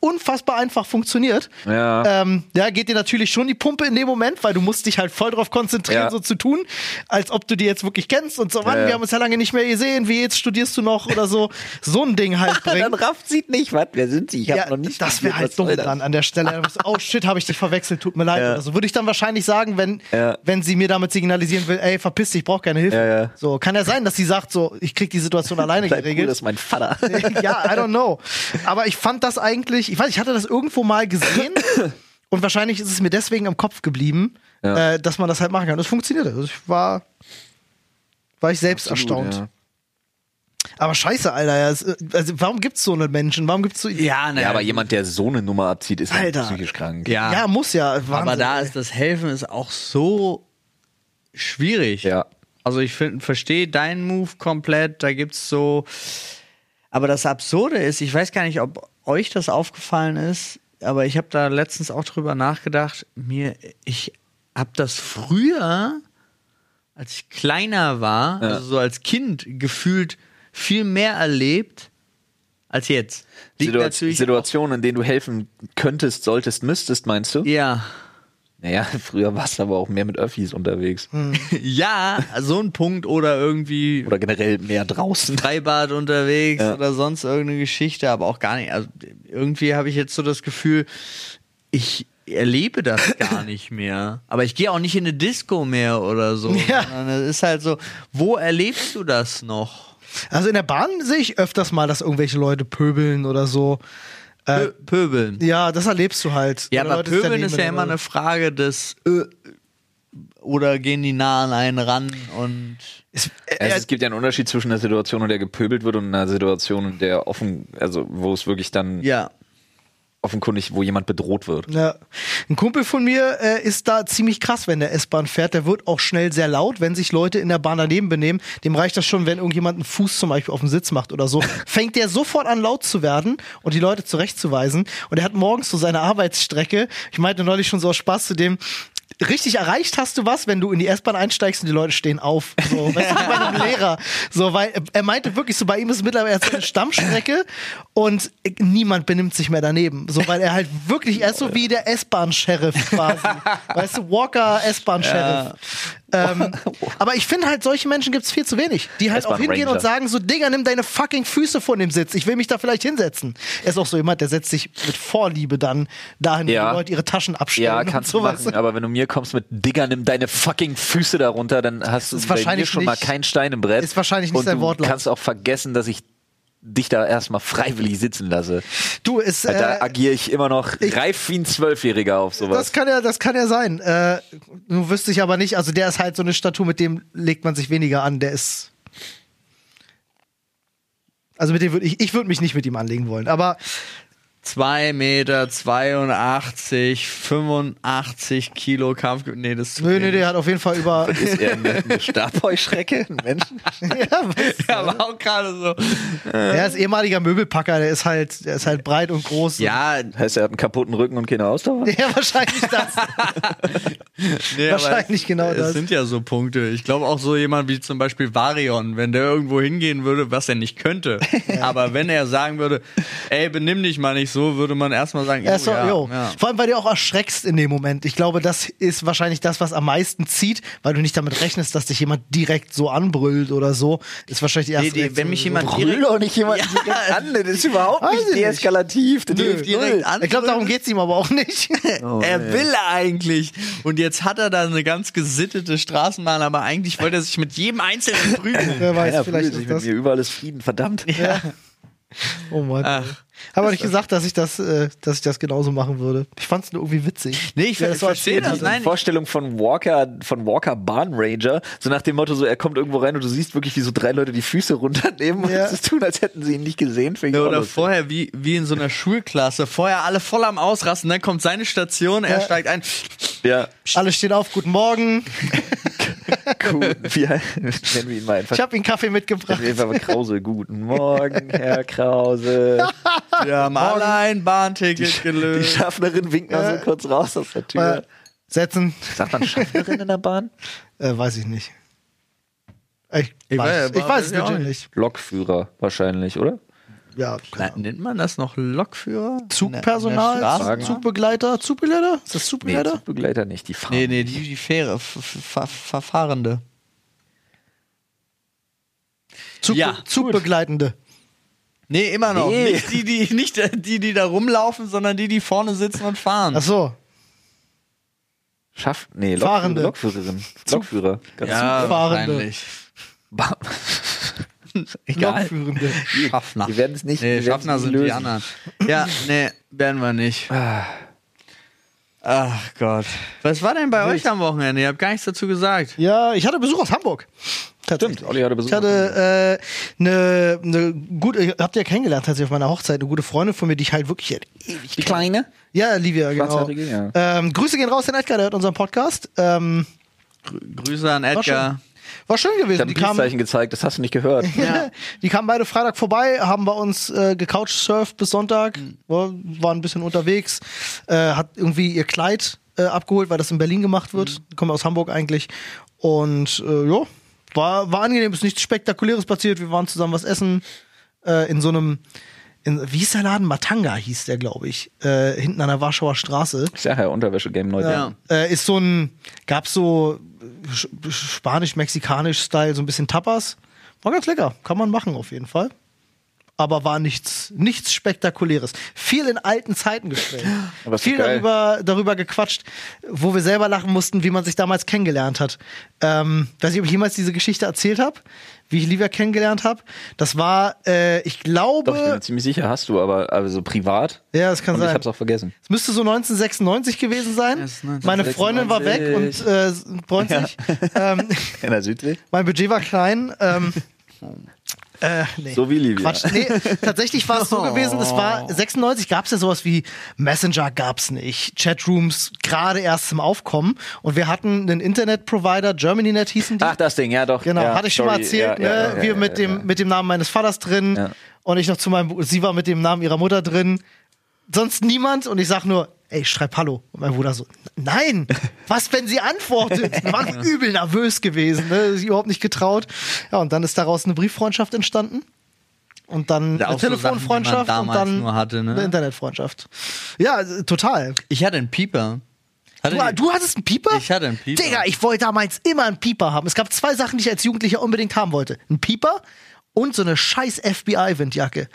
Speaker 3: unfassbar einfach funktioniert.
Speaker 2: Ja.
Speaker 3: Ähm, ja, geht dir natürlich schon die Pumpe in dem Moment, weil du musst dich halt voll drauf konzentrieren,
Speaker 2: Ja.
Speaker 3: so zu tun, als ob du die jetzt wirklich kennst und so, Mann,
Speaker 2: Ja, ja.
Speaker 3: wir haben uns ja lange nicht mehr gesehen, wie jetzt studierst du noch oder so. So ein Ding halt bringen
Speaker 6: Dann rafft sieht nicht, was, wer sind sie? Ich hab
Speaker 3: ja,
Speaker 6: noch nicht
Speaker 3: das
Speaker 6: studiert,
Speaker 3: wäre
Speaker 6: was
Speaker 3: halt dumm
Speaker 6: soll das?
Speaker 3: dann an der Stelle. Dann bist du, oh shit, habe ich dich verwechselt, tut mir leid. Oder so würde ich dann wahrscheinlich sagen, wenn, wenn sie mir damit signalisieren will, ey, verpiss dich, ich brauche keine Hilfe. So, kann ja sein, dass sie sagt, so, ich krieg die Situation alleine
Speaker 6: Bleib cool,
Speaker 3: geregelt.
Speaker 6: das ist mein Vater.
Speaker 3: ja, I don't know. Aber ich fand das eigentlich, ich weiß, ich hatte das irgendwo mal gesehen und wahrscheinlich ist es mir deswegen im Kopf geblieben, äh, dass man das halt machen kann. Das funktionierte. Also ich war, war ich selbst erstaunt. Aber scheiße, Alter. ja, es- Also warum gibt's so eine Menschen? Warum gibt's so.
Speaker 1: Ja, ne,
Speaker 2: Ja, aber jemand, der so eine Nummer abzieht, ist halt
Speaker 3: Alter.
Speaker 2: psychisch krank.
Speaker 1: ja.
Speaker 3: Ja, muss ja. Wahnsinn.
Speaker 1: aber da ist das Helfen ist auch so schwierig.
Speaker 2: Ja.
Speaker 1: Also ich finde, verstehe deinen Move komplett. Da gibt's so. Aber das Absurde ist, ich weiß gar nicht, ob euch das aufgefallen ist, aber ich habe da letztens auch drüber nachgedacht. Mir, ich habe das früher, als ich kleiner war, also so als Kind gefühlt viel mehr erlebt als jetzt. Liegt
Speaker 2: Situa
Speaker 1: natürlich-
Speaker 2: Situationen, in denen du helfen könntest, solltest, müsstest, meinst du?
Speaker 1: Ja.
Speaker 2: Naja, früher warst du aber auch mehr mit Öffis unterwegs.
Speaker 1: Ja, so ein Punkt oder irgendwie
Speaker 2: Oder generell mehr draußen.
Speaker 1: Freibad unterwegs oder sonst irgendeine Geschichte, aber auch gar nicht. Also irgendwie habe ich jetzt so das Gefühl, ich erlebe das gar nicht mehr. Aber ich gehe auch nicht in eine Disco mehr oder so.
Speaker 3: Ja.
Speaker 1: sondern Es ist halt so, wo erlebst du das noch?
Speaker 3: Also in der Bahn sehe ich öfters mal, dass irgendwelche Leute pöbeln oder so.
Speaker 1: Pö Pöbeln.
Speaker 3: Ja, das erlebst du halt.
Speaker 1: Ja,
Speaker 3: Oder
Speaker 1: aber
Speaker 3: Äh, Leute, die es
Speaker 1: Pöbeln ist ja
Speaker 3: daneben
Speaker 1: immer
Speaker 3: oder-
Speaker 1: eine Frage des äh, oder gehen die nah an einen ran und
Speaker 3: Ist, äh,
Speaker 2: Also,
Speaker 3: äh,
Speaker 2: es gibt ja einen Unterschied zwischen einer Situation, in der gepöbelt wird und einer Situation, in der offen, also wo es wirklich dann
Speaker 1: ja.
Speaker 2: offenkundig, wo jemand bedroht wird.
Speaker 3: ja. Ein Kumpel von mir äh, ist da ziemlich krass, wenn der S-Bahn fährt. Der wird auch schnell sehr laut, wenn sich Leute in der Bahn daneben benehmen. Dem reicht das schon, wenn irgendjemand einen Fuß zum Beispiel auf den Sitz macht oder so. Fängt der sofort an, laut zu werden und die Leute zurechtzuweisen. Und er hat morgens so seine Arbeitsstrecke. Ich meinte neulich schon so aus Spaß zu dem, richtig erreicht hast du was, wenn du in die S-Bahn einsteigst und die Leute stehen auf. So, weißt du, wie bei einem Lehrer. So, weil äh, er meinte wirklich so, bei ihm ist mittlerweile jetzt eine Stammstrecke und äh, niemand benimmt sich mehr daneben. So, weil er halt wirklich, er ist so wie der S-Bahn-Sheriff quasi. weißt du, Walker, S-Bahn-Sheriff. Ähm, aber ich finde halt, solche Menschen gibt es viel zu wenig, die halt auch
Speaker 2: S-Bahn-Ranger.
Speaker 3: hingehen und sagen so, Digga, nimm deine fucking Füße von dem Sitz, ich will mich da vielleicht hinsetzen. Er ist auch so jemand, der setzt sich mit Vorliebe dann dahin, wo
Speaker 2: Ja.
Speaker 3: die Leute ihre Taschen abstellen
Speaker 2: Ja,
Speaker 3: und
Speaker 2: kannst du
Speaker 3: genau sowas.
Speaker 2: machen, aber wenn du mir kommst mit Digger, nimm deine fucking Füße darunter, dann hast du
Speaker 3: ist
Speaker 2: bei mir
Speaker 3: wahrscheinlich
Speaker 2: schon mal
Speaker 3: nicht-
Speaker 2: keinen Stein im Brett.
Speaker 3: ist wahrscheinlich nicht
Speaker 2: und
Speaker 3: sein
Speaker 2: du
Speaker 3: Wortlaut.
Speaker 2: kannst auch vergessen, dass ich dich da erstmal freiwillig sitzen lasse.
Speaker 3: Du, es,
Speaker 2: Weil da
Speaker 3: äh,
Speaker 2: agiere ich immer noch reif wie ein Zwölfjähriger auf sowas.
Speaker 3: das kann ja, das kann ja sein. Äh, nun wüsste ich aber nicht, also der ist halt so eine Statue, mit dem legt man sich weniger an, der ist. Also mit dem würde ich, ich würde mich nicht mit ihm anlegen wollen, aber
Speaker 1: 2 Meter, 82, 85 Kilo Kampf. Nee, das ist zu
Speaker 3: nö, nö,
Speaker 1: wenig.
Speaker 3: der hat auf jeden Fall über.
Speaker 2: Ist eher eine, eine Stabheuschrecke, ein Menschen.
Speaker 3: ja, was?
Speaker 1: Ja, war auch gerade so.
Speaker 3: er ist ehemaliger Möbelpacker, der ist halt, der ist halt breit und groß.
Speaker 1: Ja,
Speaker 2: Heißt, er hat einen kaputten Rücken und keine Ausdauer?
Speaker 3: Ja, wahrscheinlich das.
Speaker 1: Nee, aber
Speaker 3: Wahrscheinlich
Speaker 1: es,
Speaker 3: genau
Speaker 1: es
Speaker 3: das.
Speaker 1: sind ja so Punkte. Ich glaube auch so jemand wie zum Beispiel Varion, wenn der irgendwo hingehen würde, was er nicht könnte. aber wenn er sagen würde, ey, benimm dich mal nicht so, würde man erstmal sagen,
Speaker 3: Ja,
Speaker 1: jo,
Speaker 3: so,
Speaker 1: ja,
Speaker 3: jo.
Speaker 1: ja.
Speaker 3: Vor allem, weil du auch erschreckst in dem Moment. Ich glaube, das ist wahrscheinlich das, was am meisten zieht, weil du nicht damit rechnest, dass dich jemand direkt so anbrüllt oder so. Ist wahrscheinlich die erste
Speaker 1: Nee, die, wenn mich jemand
Speaker 2: Brüll
Speaker 1: direkt,
Speaker 2: doch nicht jemanden direkt an, das ist überhaupt
Speaker 3: Weiß ich
Speaker 2: nicht
Speaker 3: nicht.
Speaker 2: deeskalativ. Das
Speaker 1: Nö,
Speaker 2: hilft null.
Speaker 1: direkt an.
Speaker 3: Ich glaube, darum geht's ihm aber auch nicht.
Speaker 1: er will eigentlich. Und jetzt hat er da eine ganz gesittete Straßenbahn, aber eigentlich wollte er sich mit jedem Einzelnen prügeln.
Speaker 3: Wer weiß,
Speaker 2: Keiner
Speaker 3: vielleicht
Speaker 2: prügelt sich
Speaker 3: ist
Speaker 2: mit
Speaker 3: das.
Speaker 2: mir überall ist Frieden, verdammt.
Speaker 3: Oh Mann.
Speaker 1: Ach.
Speaker 3: Habe nicht gesagt, dass ich das, äh, dass ich das genauso machen würde. Ich fand's nur irgendwie witzig.
Speaker 1: Nee, ich, ver-
Speaker 3: Ja, das
Speaker 1: ich
Speaker 3: war
Speaker 1: verstehe das.
Speaker 3: schwierig.
Speaker 1: Nein,
Speaker 2: Die Vorstellung von Walker, von Walker Bahnranger, so nach dem Motto, so er kommt irgendwo rein und du siehst wirklich, wie so drei Leute die Füße runternehmen
Speaker 3: Ja.
Speaker 2: und es tun, als hätten sie ihn nicht gesehen. Finde
Speaker 1: Ja,
Speaker 2: ich auch
Speaker 1: oder
Speaker 2: lustig.
Speaker 1: vorher, wie, wie in so einer Schulklasse, vorher alle voll am Ausrasten, dann kommt seine Station, er steigt ein.
Speaker 2: Ja,
Speaker 3: Alle stehen auf, guten Morgen.
Speaker 2: cool. Wie, nennen wir ihn mal einfach.
Speaker 3: Ich habe Ihnen Kaffee mitgebracht.
Speaker 2: Nennen wir ihn einfach Krause. Guten Morgen, Herr Krause.
Speaker 1: Wir haben alle ein Bahnticket
Speaker 2: Die
Speaker 1: gelöst.
Speaker 2: Schaffnerin winkt mal so kurz raus aus der
Speaker 3: Äh,
Speaker 2: Tür.
Speaker 3: setzen.
Speaker 2: Sagt man Schaffnerin in der Bahn?
Speaker 3: Äh, weiß ich nicht. Ich,
Speaker 1: Ich
Speaker 3: weiß,
Speaker 1: weiß-
Speaker 3: ich weiß es
Speaker 1: weiß ich auch
Speaker 3: natürlich nicht.
Speaker 2: Lokführer wahrscheinlich, oder?
Speaker 3: Ja, keine
Speaker 1: Na,
Speaker 3: Ahnung.
Speaker 1: Nennt man das noch Ne, Lokführer? In der
Speaker 3: Zugpersonal,
Speaker 1: Straßenbahn?
Speaker 3: Zugbegleiter, Zugbegleiter? Ist das
Speaker 2: Nee,
Speaker 3: Zugbegleiter?
Speaker 2: Zugbegleiter nicht. Die fahren.
Speaker 1: Nee, nee, die, die Fähre, F- F- Ver- Verfahrende.
Speaker 3: Zug
Speaker 1: Ja,
Speaker 3: Zugbegleitende.
Speaker 1: Nee, immer noch.
Speaker 2: Nee.
Speaker 1: Nicht, die, die, nicht äh, die, die da rumlaufen, sondern die, die vorne sitzen und fahren.
Speaker 3: Ach so,
Speaker 2: Schaff, nee, Lokführer-
Speaker 3: Fahrende.
Speaker 2: Lokführerin. Lokführer. Ganz
Speaker 3: Zugfahrende.
Speaker 1: wahrscheinlich.
Speaker 2: Bam.
Speaker 1: Egal.
Speaker 3: Lokführende.
Speaker 1: Schaffner.
Speaker 2: Wir werden es nicht- wir
Speaker 1: Nee,
Speaker 2: werden es
Speaker 1: Schaffner
Speaker 2: nicht
Speaker 1: sind die
Speaker 2: lösen.
Speaker 1: anderen. Ja, nee, werden wir nicht.
Speaker 3: Ah.
Speaker 1: Ach Gott. Was war denn bei euch am Wochenende? Ihr habt gar nichts dazu gesagt.
Speaker 3: Ja, ich hatte Besuch aus Hamburg. Tatsächlich.
Speaker 2: Olli hatte Besuch
Speaker 3: Ich hatte äh, eine, eine gute, äh, habt ihr ja kennengelernt tatsächlich auf meiner Hochzeit, eine gute Freundin von mir, die ich halt wirklich ewig
Speaker 2: Die Kleine?
Speaker 3: Ja, Livia, genau.
Speaker 2: Schwarzhaarige, ja.
Speaker 3: Ähm, Grüße gehen raus, den Edgar, der hört unseren Podcast. Ähm,
Speaker 1: Gr- Grüße an
Speaker 3: war,
Speaker 1: Edgar.
Speaker 3: schön, war schön
Speaker 2: Ich
Speaker 3: gewesen.
Speaker 2: habe
Speaker 3: Die
Speaker 2: ein
Speaker 3: kamen,
Speaker 2: Peace-Zeichen gezeigt, das hast du nicht gehört.
Speaker 3: die kamen beide Freitag vorbei, haben bei uns äh, gecouchsurft bis Sonntag, war, waren ein bisschen unterwegs, äh, hat irgendwie ihr Kleid äh, abgeholt, weil das in Berlin gemacht wird. Kommen aus Hamburg eigentlich. Und äh, ja, war, war angenehm, ist nichts Spektakuläres passiert. Wir waren zusammen was essen äh, in so einem. In, wie hieß der Laden? Matanga hieß der, glaube ich. Äh, hinten an der Warschauer Straße.
Speaker 2: Ich sag ja, Unterwäsche-Game neu.
Speaker 1: Ja.
Speaker 3: Äh, ist so ein, gab's so äh, sch- spanisch-mexikanisch-Style, so ein bisschen Tapas. War ganz lecker, kann man machen auf jeden Fall. Aber war nichts, nichts Spektakuläres. Viel in alten Zeiten gestellt.
Speaker 2: Aber ist doch
Speaker 3: Viel
Speaker 2: geil.
Speaker 3: darüber, darüber gequatscht, wo wir selber lachen mussten, wie man sich damals kennengelernt hat. Ähm, weiß nicht, ob ich jemals diese Geschichte erzählt habe, wie ich Livia kennengelernt habe. Das war, äh, ich glaube.
Speaker 2: Doch, ich bin mir ziemlich sicher, hast du, aber also privat.
Speaker 3: ja, das kann
Speaker 2: Und
Speaker 3: sein.
Speaker 2: ich hab's auch vergessen.
Speaker 3: Es müsste so 1996 gewesen sein.
Speaker 1: Ja, es ist 1996.
Speaker 3: Meine Freundin war weg und äh, freut sich. Ähm,
Speaker 2: In der Südsee?
Speaker 3: mein Budget war klein. Ähm, äh, nee.
Speaker 2: So wie Livia. Oh.
Speaker 3: Quatsch. Nee, tatsächlich war es so gewesen, es war 96 gab es ja sowas wie Messenger gab es nicht, Chatrooms gerade erst zum Aufkommen und wir hatten einen Internetprovider, GermanyNet hießen die.
Speaker 2: Ach, das Ding, ja doch.
Speaker 3: Genau,
Speaker 2: ja,
Speaker 3: hatte ich schon mal
Speaker 2: sorry,
Speaker 3: erzählt,
Speaker 2: ja, ja,
Speaker 3: ne?
Speaker 2: ja,
Speaker 3: wir
Speaker 2: ja,
Speaker 3: mit,
Speaker 2: ja,
Speaker 3: dem,
Speaker 2: ja.
Speaker 3: mit dem Namen meines Vaters drin
Speaker 2: Ja.
Speaker 3: und ich noch zu meinem, sie war mit dem Namen ihrer Mutter drin. Sonst niemand und ich sag nur, ey, schreib Hallo. Und mein Bruder so, nein, was, wenn sie antwortet? Wir waren übel nervös gewesen, ne? sich überhaupt nicht getraut. Ja, und dann ist daraus eine Brieffreundschaft entstanden. Und dann
Speaker 1: Ja,
Speaker 3: eine
Speaker 1: auch so Sachen, die man
Speaker 3: Telefonfreundschaft und
Speaker 1: damals
Speaker 3: dann
Speaker 1: nur hatte, ne?
Speaker 3: eine Internetfreundschaft. Ja, äh, total.
Speaker 1: Ich hatte einen Pieper. Hatte
Speaker 3: Du,
Speaker 1: die-
Speaker 3: du hattest einen Pieper?
Speaker 1: Ich hatte einen Pieper.
Speaker 3: Digga, ich wollte damals immer einen Pieper haben. Es gab zwei Sachen, die ich als Jugendlicher unbedingt haben wollte. Ein Pieper und so eine scheiß FBI-Windjacke.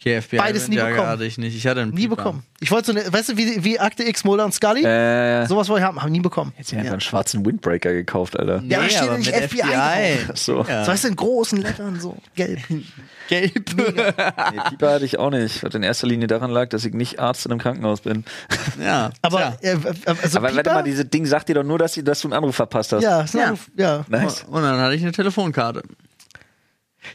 Speaker 1: okay, FBI
Speaker 3: beides nie
Speaker 1: Windjagger
Speaker 3: bekommen.
Speaker 1: hatte ich nicht. Ich hatte einen
Speaker 3: Nie
Speaker 1: Pieper.
Speaker 3: bekommen. Ich wollte so eine, weißt du, wie, wie Akte X, Mulder und Scully?
Speaker 2: Äh,
Speaker 3: Sowas wollte ich haben, haben nie bekommen.
Speaker 2: jetzt haben wir einen schwarzen Windbreaker gekauft, Alter.
Speaker 1: Nee,
Speaker 3: Ja, da steht
Speaker 1: aber
Speaker 3: nämlich
Speaker 1: mit
Speaker 3: FBI
Speaker 1: FBI.
Speaker 2: Ach so.
Speaker 3: So weißt du, in großen Lettern, so gelb.
Speaker 1: Gelb.
Speaker 2: Nee, Pieper hatte ich auch nicht. Was in erster Linie daran lag, dass ich nicht Arzt in einem Krankenhaus bin.
Speaker 1: ja.
Speaker 3: Aber,
Speaker 1: tja.
Speaker 3: äh, äh, also
Speaker 2: aber
Speaker 3: Pieper,
Speaker 2: warte mal, dieses Ding sagt dir doch nur, dass, die- dass du einen Anruf verpasst hast.
Speaker 3: ja, ist ein
Speaker 1: Ja.
Speaker 3: Anruf, ja.
Speaker 2: Nice.
Speaker 1: Und dann hatte ich eine Telefonkarte.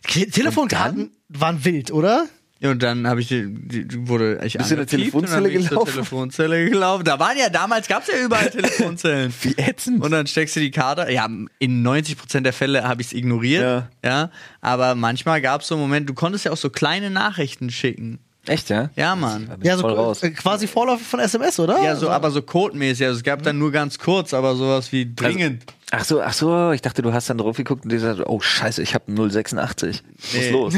Speaker 3: Te- Telefonkarten waren wild, oder?
Speaker 1: Ja, und dann habe ich die, die die wurde ich
Speaker 2: Bist du in eine
Speaker 1: angepiept und dann
Speaker 2: Telefonzelle
Speaker 1: bin ich zur
Speaker 2: gelaufen?
Speaker 1: Telefonzelle gelaufen. Da waren ja damals gab's ja überall Telefonzellen.
Speaker 2: Wie ätzend.
Speaker 1: Und dann steckst du die Karte. Ja, in 90% der Fälle habe ich es ignoriert. Ja.
Speaker 2: Ja.
Speaker 1: Aber manchmal gab es so einen Moment, du konntest ja auch so kleine Nachrichten schicken.
Speaker 2: Echt, ja?
Speaker 1: Ja, Mann.
Speaker 3: Ja, so
Speaker 2: Voll raus.
Speaker 3: äh, quasi Vorläufer von SMS, oder?
Speaker 1: Ja, so, aber so codemäßig. Also es gab dann nur ganz kurz, aber sowas
Speaker 2: Also
Speaker 1: wie dringend.
Speaker 2: Ach so, Also, ach so, ich dachte, du hast dann drauf geguckt und dir gesagt, oh Scheiße, ich habe 086. Was
Speaker 1: Nee.
Speaker 2: ist los?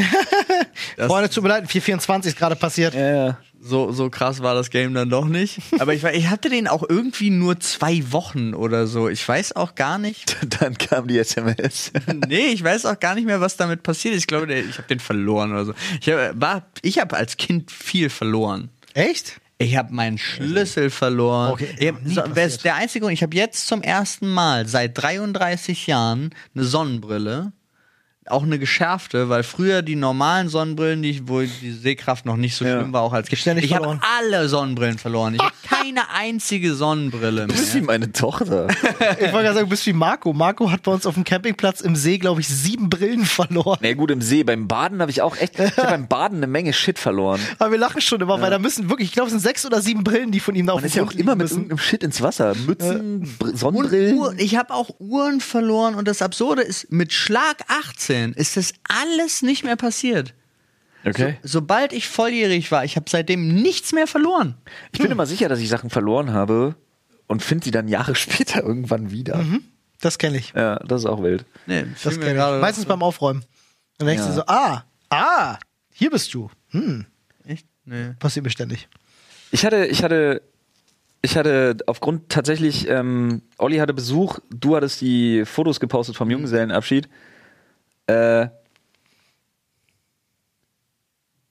Speaker 3: Freunde, tut mir leid, 424 ist gerade passiert.
Speaker 2: Ja, ja.
Speaker 1: so, so krass war das Game dann doch nicht. Aber ich, war- ich hatte den auch irgendwie nur zwei Wochen oder so. Ich weiß auch gar nicht.
Speaker 2: Dann kam die SMS.
Speaker 1: Nee, ich weiß auch gar nicht mehr, was damit passiert ist. Ich glaube, der, ich habe den verloren oder so. Ich habe war- ich hab als Kind viel verloren.
Speaker 3: Echt?
Speaker 1: Ich habe meinen Schlüssel verloren.
Speaker 3: Okay,
Speaker 1: ich hab,
Speaker 3: nie
Speaker 1: so, wer
Speaker 3: passiert.
Speaker 1: ist der einzige Grund? Ich habe jetzt zum ersten Mal seit 33 Jahren eine Sonnenbrille. Auch eine geschärfte, weil früher die normalen Sonnenbrillen, die ich, wo die Sehkraft noch nicht so schlimm war, auch als Kind.
Speaker 3: Ständig
Speaker 1: Ich habe
Speaker 3: verloren.
Speaker 1: alle Sonnenbrillen verloren. Ich habe keine einzige Sonnenbrille mehr.
Speaker 2: Das ist wie meine Tochter.
Speaker 3: Ich wollte gerade sagen, du bist wie Marco. Marco hat bei uns auf dem Campingplatz im See, glaube ich, sieben Brillen verloren.
Speaker 2: Na gut, im See. Beim Baden habe ich auch echt, ich hab beim Baden eine Menge Shit verloren.
Speaker 3: Aber wir lachen schon immer, weil da müssen wirklich, ich glaube, es sind sechs oder sieben Brillen, die von ihm da auf
Speaker 2: Man
Speaker 3: dem
Speaker 2: ist ja auch
Speaker 3: Grund liegen
Speaker 2: immer mit
Speaker 3: müssen.
Speaker 2: irgendeinem Shit ins Wasser. Mützen, Br- Sonnenbrillen.
Speaker 1: Uhren, ich habe auch Uhren verloren und das Absurde ist, mit Schlag 18 ist das alles nicht mehr passiert.
Speaker 2: Okay.
Speaker 1: Sobald ich volljährig war, ich habe seitdem nichts mehr verloren.
Speaker 2: Ich bin immer sicher, dass ich Sachen verloren habe und finde sie dann Jahre später irgendwann wieder.
Speaker 3: Mhm. Hm? Das kenne ich.
Speaker 2: Ja, das ist auch wild.
Speaker 1: Nee,
Speaker 3: Das
Speaker 1: fiel mir
Speaker 3: kenne
Speaker 1: gerade-
Speaker 3: ich. Meistens beim Aufräumen. Dann denkst du so, ah, ah, hier bist du. Hm,
Speaker 1: Echt? Nee.
Speaker 3: passiert mir ständig.
Speaker 2: Ich hatte, ich hatte, ich hatte aufgrund tatsächlich, ähm, Olli hatte Besuch, du hattest die Fotos gepostet vom Junggesellenabschied. Äh,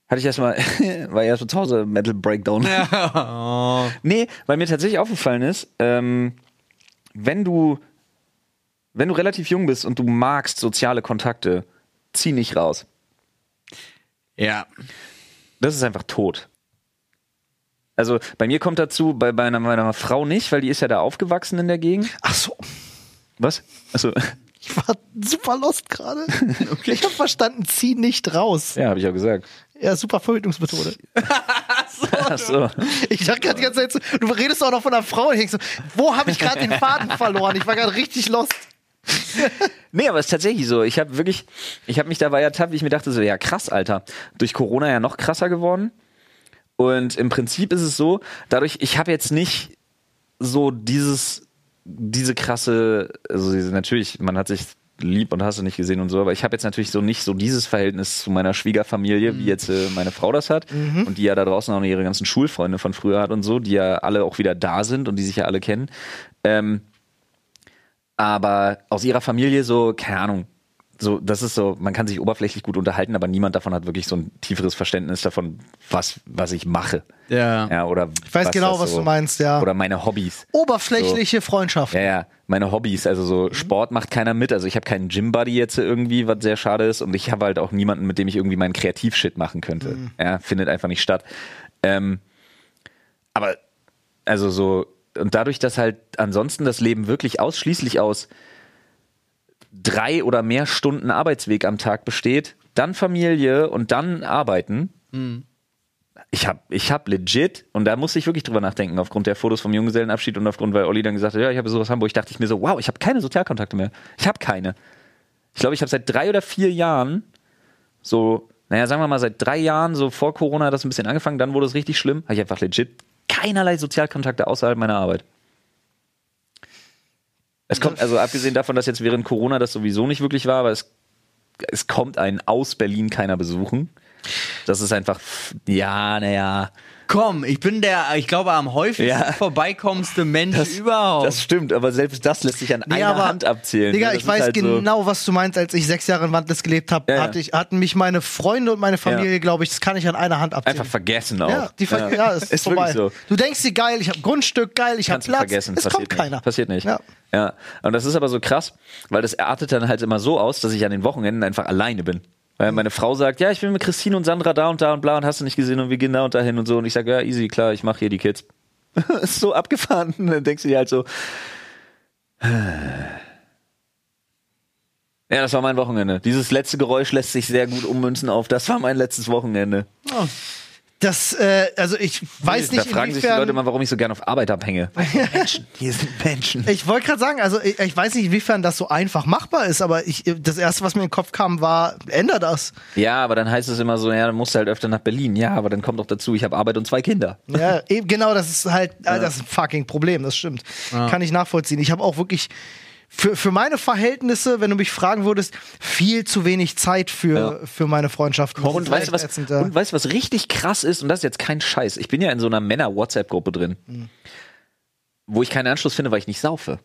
Speaker 2: hatte ich erstmal, war erstmal zu Hause Metal Breakdown. Nee, weil mir tatsächlich aufgefallen ist, ähm, wenn du, wenn du relativ jung bist und du magst soziale Kontakte, zieh nicht raus.
Speaker 1: Ja.
Speaker 2: Das ist einfach tot. Also bei mir kommt dazu, bei, bei einer, meiner Frau nicht, weil die ist ja da aufgewachsen in der Gegend.
Speaker 3: Ach so,
Speaker 2: Was? Achso,
Speaker 3: ich war super lost gerade. Ich habe verstanden, zieh nicht raus.
Speaker 2: ja, habe ich auch gesagt.
Speaker 3: Ja, super Verhütungsmethode.
Speaker 2: Achso.
Speaker 3: Ich dachte gerade die ganze Zeit so, du redest auch noch von einer Frau. Und ich denk so, wo habe ich gerade den Faden verloren? Ich war gerade richtig lost.
Speaker 2: Nee, aber es ist tatsächlich so. Ich habe wirklich, ich habe mich dabei ertappt, wie ich mir dachte, so, ja krass, Alter. Durch Corona ja noch krasser geworden. Und im Prinzip ist es so, dadurch, ich habe jetzt nicht so dieses, diese krasse, also diese, natürlich, man hat sich lieb und hast du nicht gesehen und so, aber ich habe jetzt natürlich so nicht so dieses Verhältnis zu meiner Schwiegerfamilie,
Speaker 3: Mhm.
Speaker 2: wie jetzt äh, meine Frau das hat und die ja da draußen auch noch ihre ganzen Schulfreunde von früher hat und so, die ja alle auch wieder da sind und die sich ja alle kennen. Ähm, aber aus ihrer Familie so, keine Ahnung, so, das ist so, man kann sich oberflächlich gut unterhalten, aber niemand davon hat wirklich so ein tieferes Verständnis davon, was, was ich mache.
Speaker 1: Ja.
Speaker 2: ja oder
Speaker 3: Ich weiß genau,
Speaker 2: das
Speaker 3: was du meinst, ja.
Speaker 2: Oder meine Hobbys.
Speaker 3: Oh. Oberflächliche Freundschaft.
Speaker 2: Ja, ja, meine Hobbys, also so Sport macht keiner mit. Also ich habe keinen Gym-Buddy jetzt irgendwie, was sehr schade ist. Und ich habe halt auch niemanden, mit dem ich irgendwie meinen Kreativshit machen könnte. Ja, findet einfach nicht statt. Ähm, aber, also so, und dadurch, dass halt ansonsten das Leben wirklich ausschließlich aus drei oder mehr Stunden Arbeitsweg am Tag besteht, dann Familie und dann arbeiten. Ich habe ich hab legit, und da musste ich wirklich drüber nachdenken, aufgrund der Fotos vom Junggesellenabschied und aufgrund, weil Olli dann gesagt hat, ja, ich habe sowas Hamburg, dachte ich mir so, wow, ich habe keine Sozialkontakte mehr. Ich habe keine. Ich glaube, ich habe seit drei oder vier Jahren so, naja, sagen wir mal, seit drei Jahren, so vor Corona hat das ein bisschen angefangen, dann wurde es richtig schlimm, habe ich einfach legit keinerlei Sozialkontakte außerhalb meiner Arbeit. Es kommt, also abgesehen davon, dass jetzt während Corona das sowieso nicht wirklich war, aber es, es kommt einen aus Berlin keiner besuchen. Das ist einfach, ja, naja.
Speaker 1: Komm, ich bin der, ich glaube, am häufigsten
Speaker 2: Ja.
Speaker 1: vorbeikommendste Mensch überhaupt.
Speaker 2: Das stimmt, aber selbst das lässt sich an
Speaker 3: Nee,
Speaker 2: einer Hand abzählen.
Speaker 3: Digga,
Speaker 2: Das
Speaker 3: ich
Speaker 2: ist
Speaker 3: weiß
Speaker 2: halt so-
Speaker 3: genau, was du meinst. Als ich sechs Jahre in Wandlitz gelebt habe,
Speaker 2: Ja, ja.
Speaker 3: hatte ich, hatten mich meine Freunde und meine Familie,
Speaker 2: Ja.
Speaker 3: glaube ich, das kann ich an einer Hand abziehen.
Speaker 2: Einfach vergessen auch.
Speaker 3: ja, die ver ja. ist,
Speaker 2: ist
Speaker 3: vorbei.
Speaker 2: wirklich so.
Speaker 3: Du denkst dir geil, ich habe Grundstück, geil, ich habe
Speaker 2: kannst du
Speaker 3: Platz.
Speaker 2: vergessen.
Speaker 3: es
Speaker 2: passiert
Speaker 3: kommt
Speaker 2: nicht.
Speaker 3: keiner.
Speaker 2: Passiert nicht.
Speaker 3: Ja.
Speaker 2: Ja. Und das ist aber so krass, weil das artet dann halt immer so aus, dass ich an den Wochenenden einfach alleine bin.
Speaker 3: Mhm.
Speaker 2: Weil meine Frau sagt, ja, ich bin mit Christine und Sandra da und da und bla und hast du nicht gesehen und wir gehen da und dahin und so. Und ich sage, ja, easy, klar, ich mache hier die Kids. ist so abgefahren. Und dann denkst du dir halt so, ja, das war mein Wochenende. Dieses letzte Geräusch lässt sich sehr gut ummünzen auf, das war mein letztes Wochenende.
Speaker 3: Das, äh, also ich weiß
Speaker 2: Da
Speaker 3: nicht,
Speaker 2: fragen sich die Leute mal, warum ich so gern auf Arbeit abhänge.
Speaker 3: Menschen.
Speaker 2: Hier sind Menschen.
Speaker 3: Ich wollte gerade sagen, also ich, ich weiß nicht, inwiefern das so einfach machbar ist, aber ich, das erste, was mir in den Kopf kam, war, änder das.
Speaker 2: Ja, aber dann heißt es immer so, ja, dann musst du halt öfter nach Berlin. Ja, aber dann kommt doch dazu, ich habe Arbeit und zwei Kinder.
Speaker 3: Ja, eben, genau, das ist halt äh, das ist ein fucking Problem, das stimmt. Kann ich nachvollziehen. Ich habe auch wirklich für, für meine Verhältnisse, wenn du mich fragen würdest, viel zu wenig Zeit für, für meine Freundschaft.
Speaker 2: Und weißt, du, was, und weißt du, was richtig krass ist? Und das ist jetzt kein Scheiß. Ich bin ja in so einer Männer-WhatsApp-Gruppe drin,
Speaker 1: Mhm.
Speaker 2: wo ich keinen Anschluss finde, weil ich nicht saufe.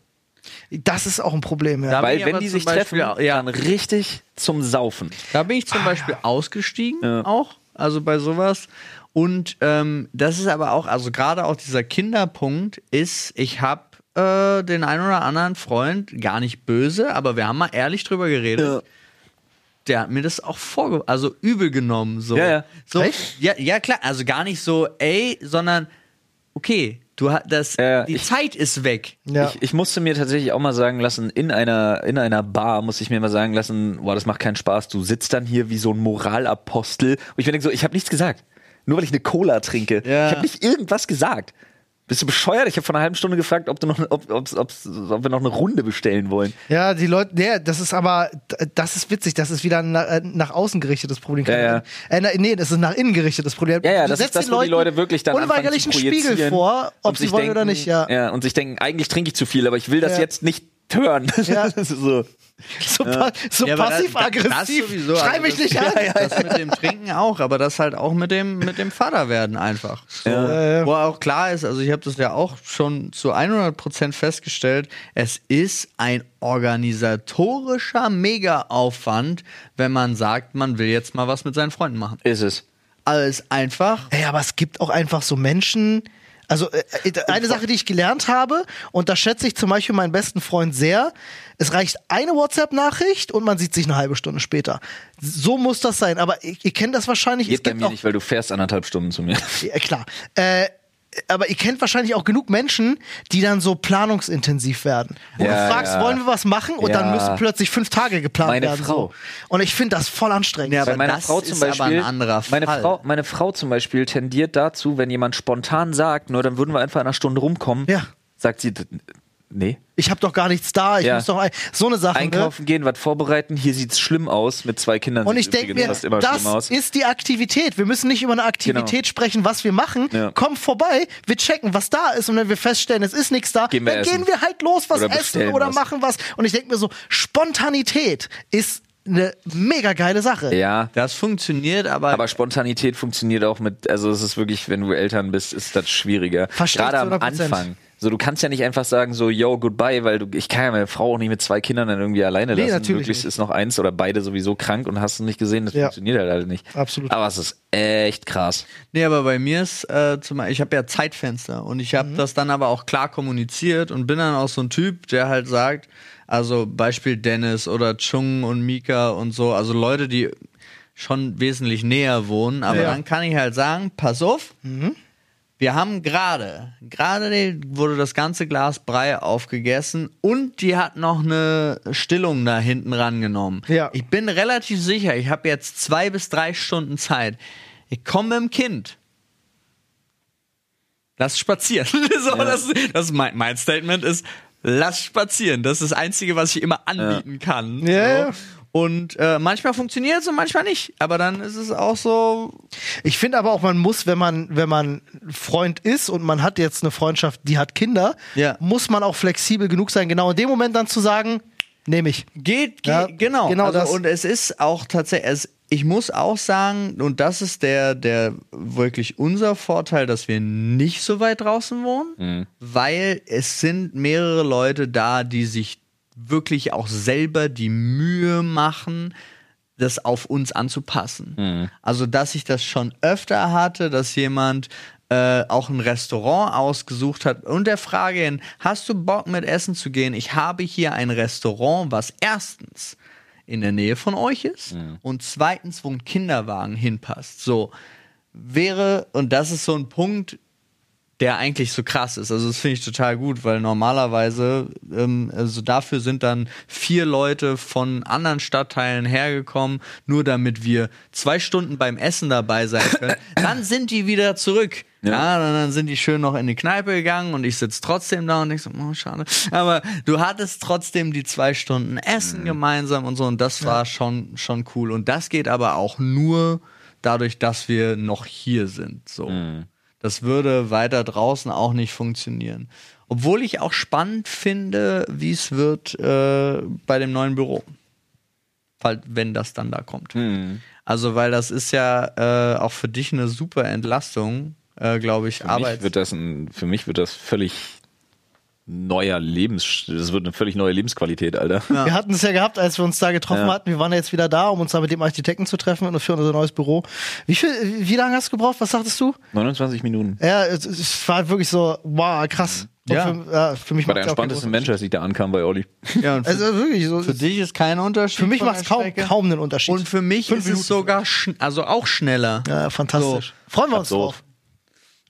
Speaker 3: das ist auch ein Problem, ja.
Speaker 1: Da bin
Speaker 2: weil
Speaker 1: ich
Speaker 2: wenn
Speaker 1: aber
Speaker 2: die
Speaker 1: zum
Speaker 2: sich
Speaker 1: Beispiel-
Speaker 2: treffen,
Speaker 1: ja.
Speaker 2: dann richtig zum Saufen.
Speaker 1: Da bin
Speaker 2: Ah,
Speaker 1: ich zum Beispiel ausgestiegen auch, also bei sowas. Und ähm, das ist aber auch, also gerade auch dieser Kinderpunkt ist, ich habe äh, den einen oder anderen Freund, gar nicht böse, aber wir haben mal ehrlich drüber geredet. Der hat mir das auch vorge also übel genommen. So.
Speaker 2: Ja, ja.
Speaker 1: So,
Speaker 3: Echt?
Speaker 1: ja, ja, klar, also gar nicht so, ey, sondern okay, du hast das,
Speaker 2: Ja, ja,
Speaker 1: die
Speaker 2: ich-
Speaker 1: Zeit ist weg.
Speaker 3: ja.
Speaker 2: Ich, ich musste mir tatsächlich auch mal sagen lassen, in einer, in einer Bar musste ich mir mal sagen lassen, boah, das macht keinen Spaß, du sitzt dann hier wie so ein Moralapostel. Und ich mir denke so, ich habe nichts gesagt. Nur weil ich eine Cola trinke.
Speaker 1: Ja.
Speaker 2: Ich habe nicht irgendwas gesagt. Bist du bescheuert? Ich habe vor einer halben Stunde gefragt, ob, du noch, ob, ob's, ob's, ob wir noch eine Runde bestellen wollen.
Speaker 3: Ja, die Leute, nee, das ist aber, das ist witzig, das ist wieder ein nach, äh, nach außen gerichtetes Problem.
Speaker 2: Ja, ja.
Speaker 3: Äh, na- nee, das ist ein nach innen gerichtetes Problem.
Speaker 2: Ja, ja,
Speaker 3: Du
Speaker 2: das ist
Speaker 3: setzt
Speaker 2: das,
Speaker 3: den
Speaker 2: wo die
Speaker 3: Leuten
Speaker 2: Leute wirklich dann
Speaker 3: unweigerlich
Speaker 2: anfangen zu
Speaker 3: einen Spiegel
Speaker 2: projizieren
Speaker 3: vor, ob
Speaker 2: und
Speaker 3: sie
Speaker 2: sich
Speaker 3: wollen oder
Speaker 2: denken,
Speaker 3: nicht, ja.
Speaker 2: ja. Und sich denken, eigentlich trinke ich zu viel, aber ich will das
Speaker 3: Ja.
Speaker 2: jetzt nicht hören.
Speaker 3: Ja.
Speaker 2: das ist so.
Speaker 3: So, pa so
Speaker 1: Ja, aber da- Das
Speaker 3: passiv-aggressiv.
Speaker 1: sowieso,
Speaker 3: Schrei
Speaker 1: also
Speaker 3: mich
Speaker 1: das-
Speaker 3: nicht an.
Speaker 1: Das mit dem Trinken auch, aber das halt auch mit dem, mit dem Vater werden einfach. So, Wo auch klar ist, also ich habe das ja auch schon zu 100% festgestellt, es ist ein organisatorischer Mega-Aufwand, wenn man sagt, man will jetzt mal was mit seinen Freunden machen.
Speaker 2: Ist es.
Speaker 1: Alles einfach.
Speaker 3: Ey, aber es gibt auch einfach so Menschen. Also äh, äh, eine Sache, die ich gelernt habe, und da schätze ich zum Beispiel meinen besten Freund sehr, es reicht eine WhatsApp-Nachricht und man sieht sich eine halbe Stunde später. So muss das sein. Aber ihr, ihr kennt das wahrscheinlich.
Speaker 2: Geht
Speaker 3: es
Speaker 2: bei
Speaker 3: gibt
Speaker 2: mir
Speaker 3: auch,
Speaker 2: nicht, weil du fährst anderthalb Stunden zu mir.
Speaker 3: Ja, klar. Äh, aber ihr kennt wahrscheinlich auch genug Menschen, die dann so planungsintensiv werden. Wo
Speaker 2: Ja,
Speaker 3: du fragst,
Speaker 2: ja.
Speaker 3: wollen wir was machen? Und dann
Speaker 2: Ja.
Speaker 3: müssen plötzlich fünf Tage geplant
Speaker 2: Meine
Speaker 3: werden.
Speaker 2: Frau.
Speaker 3: So. Und ich finde das voll anstrengend.
Speaker 1: Ja, aber
Speaker 2: Bei meiner
Speaker 1: das
Speaker 2: Frau zum
Speaker 1: ist aber
Speaker 2: Beispiel,
Speaker 1: ein anderer
Speaker 2: Meine,
Speaker 1: Fall.
Speaker 2: Frau, meine Frau zum Beispiel tendiert dazu, wenn jemand spontan sagt, nur dann würden wir einfach in einer Stunde rumkommen,
Speaker 3: Ja.
Speaker 2: sagt sie, d- nee.
Speaker 3: ich habe doch gar nichts da. Ich
Speaker 2: Ja.
Speaker 3: muss doch ein, so eine Sache. ne?
Speaker 2: Einkaufen gehen, was vorbereiten, hier sieht's schlimm aus, mit zwei Kindern
Speaker 3: Und
Speaker 2: sieht's
Speaker 3: ich denke
Speaker 2: übrigens
Speaker 3: mir,
Speaker 2: fast immer schlimm
Speaker 3: das
Speaker 2: aus.
Speaker 3: ist die Aktivität. Wir müssen nicht über eine Aktivität
Speaker 2: Genau.
Speaker 3: sprechen, was wir machen.
Speaker 2: Ja.
Speaker 3: Komm vorbei, wir checken, was da ist. Und wenn wir feststellen, es ist nichts da,
Speaker 2: Gehen wir
Speaker 3: dann
Speaker 2: essen.
Speaker 3: gehen wir halt los, was
Speaker 2: Oder
Speaker 3: essen
Speaker 2: bestellen
Speaker 3: oder
Speaker 2: was.
Speaker 3: machen was. Und ich denke mir so, Spontanität ist eine mega geile Sache.
Speaker 2: ja,
Speaker 1: Das funktioniert, aber,
Speaker 2: aber Spontanität funktioniert auch mit, also es ist wirklich, wenn du Eltern bist, ist das schwieriger.
Speaker 3: Verstehe ich
Speaker 2: Gerade am
Speaker 3: 100%.
Speaker 2: Anfang. So, du kannst ja nicht einfach sagen, so, yo, goodbye, weil du, ich kann ja meine Frau auch nicht mit zwei Kindern dann irgendwie alleine lassen.
Speaker 3: natürlich
Speaker 2: Möglichst
Speaker 3: nicht.
Speaker 2: ist noch eins oder beide sowieso krank und hast du nicht gesehen, das
Speaker 3: Ja.
Speaker 2: funktioniert halt halt nicht.
Speaker 3: Absolut.
Speaker 2: Aber es ist echt krass.
Speaker 1: Nee, aber bei mir ist, äh, zum, ich habe ja Zeitfenster und ich habe das dann aber auch klar kommuniziert und bin dann auch so ein Typ, der halt sagt, also Beispiel Dennis oder Chung und Mika und so, also Leute, die schon wesentlich näher wohnen, aber
Speaker 3: Ja.
Speaker 1: dann kann ich halt sagen, pass auf, wir haben gerade, gerade wurde das ganze Glas Brei aufgegessen und die hat noch eine Stillung da hinten rangenommen.
Speaker 3: Ja.
Speaker 1: Ich bin relativ sicher, ich habe jetzt zwei bis drei Stunden Zeit. Ich komme mit dem Kind. Lass spazieren. so, Das, das ist mein, mein Statement ist, lass spazieren. Das ist das Einzige, was ich immer anbieten kann.
Speaker 3: Ja, ja.
Speaker 1: So. Und äh, manchmal funktioniert es und manchmal nicht. Aber dann ist es auch so,
Speaker 3: Ich finde aber auch, man muss, wenn man, wenn man Freund ist und man hat jetzt eine Freundschaft, die hat Kinder,
Speaker 1: Ja.
Speaker 3: muss man auch flexibel genug sein, genau in dem Moment dann zu sagen, nehme ich.
Speaker 1: Geht, geht
Speaker 3: Ja,
Speaker 1: genau.
Speaker 3: genau
Speaker 1: also,
Speaker 3: das.
Speaker 1: Und es ist auch tatsächlich, es, ich muss auch sagen, und das ist der, der wirklich unser Vorteil, dass wir nicht so weit draußen wohnen, weil es sind mehrere Leute da, die sich wirklich auch selber die Mühe machen, das auf uns anzupassen. Also, dass ich das schon öfter hatte, dass jemand äh, auch ein Restaurant ausgesucht hat und der Frage hin, hast du Bock mit Essen zu gehen? Ich habe hier ein Restaurant, was erstens in der Nähe von euch ist und zweitens, wo ein Kinderwagen hinpasst. So wäre, und das ist so ein Punkt, der eigentlich so krass ist. Also das finde ich total gut, weil normalerweise, ähm, also dafür sind dann vier Leute von anderen Stadtteilen hergekommen, nur damit wir zwei Stunden beim Essen dabei sein können. Dann sind die wieder zurück. Ja, dann, dann sind die schön noch in die Kneipe gegangen und ich sitze trotzdem da und denk so, oh, schade. Aber du hattest trotzdem die zwei Stunden Essen gemeinsam und so und das war schon, schon cool. Und das geht aber auch nur dadurch, dass wir noch hier sind. So. Das würde weiter draußen auch nicht funktionieren. Obwohl ich auch spannend finde, wie es wird äh, bei dem neuen Büro. Fall- Wenn das dann da kommt.
Speaker 3: Hm.
Speaker 1: Also, weil das ist ja äh, auch für dich eine super Entlastung, äh, glaube ich,
Speaker 2: Für mich
Speaker 1: Arbeit.
Speaker 2: wird das ein, für mich wird das völlig neuer Lebens, das wird eine völlig neue Lebensqualität, Alter.
Speaker 3: Wir hatten es ja gehabt, als wir uns da getroffen
Speaker 2: Ja.
Speaker 3: hatten. Wir waren ja jetzt wieder da, um uns da mit dem Architekten zu treffen und für unser neues Büro. Wie viel, wie lange hast du gebraucht? Was sagtest du?
Speaker 2: 29 Minuten.
Speaker 3: Ja, es, es war wirklich so, wow, krass. Und
Speaker 1: Mhm. Ja.
Speaker 3: Für, ja, für mich
Speaker 2: Ich war der
Speaker 3: macht's ja auch keinen
Speaker 2: entspannteste
Speaker 3: großen-
Speaker 2: Mensch, als ich da ankam bei Olli.
Speaker 1: Ja, und für,
Speaker 3: Also wirklich so.
Speaker 1: für dich ist kein Unterschied.
Speaker 3: Für mich
Speaker 1: von
Speaker 3: macht es
Speaker 1: der
Speaker 3: kaum,
Speaker 1: Strecke.
Speaker 3: kaum einen Unterschied.
Speaker 1: Und für mich ist
Speaker 3: Fünf
Speaker 1: es sogar, schn also auch schneller.
Speaker 3: Ja, fantastisch. Freuen wir uns
Speaker 2: Absurd.
Speaker 3: drauf.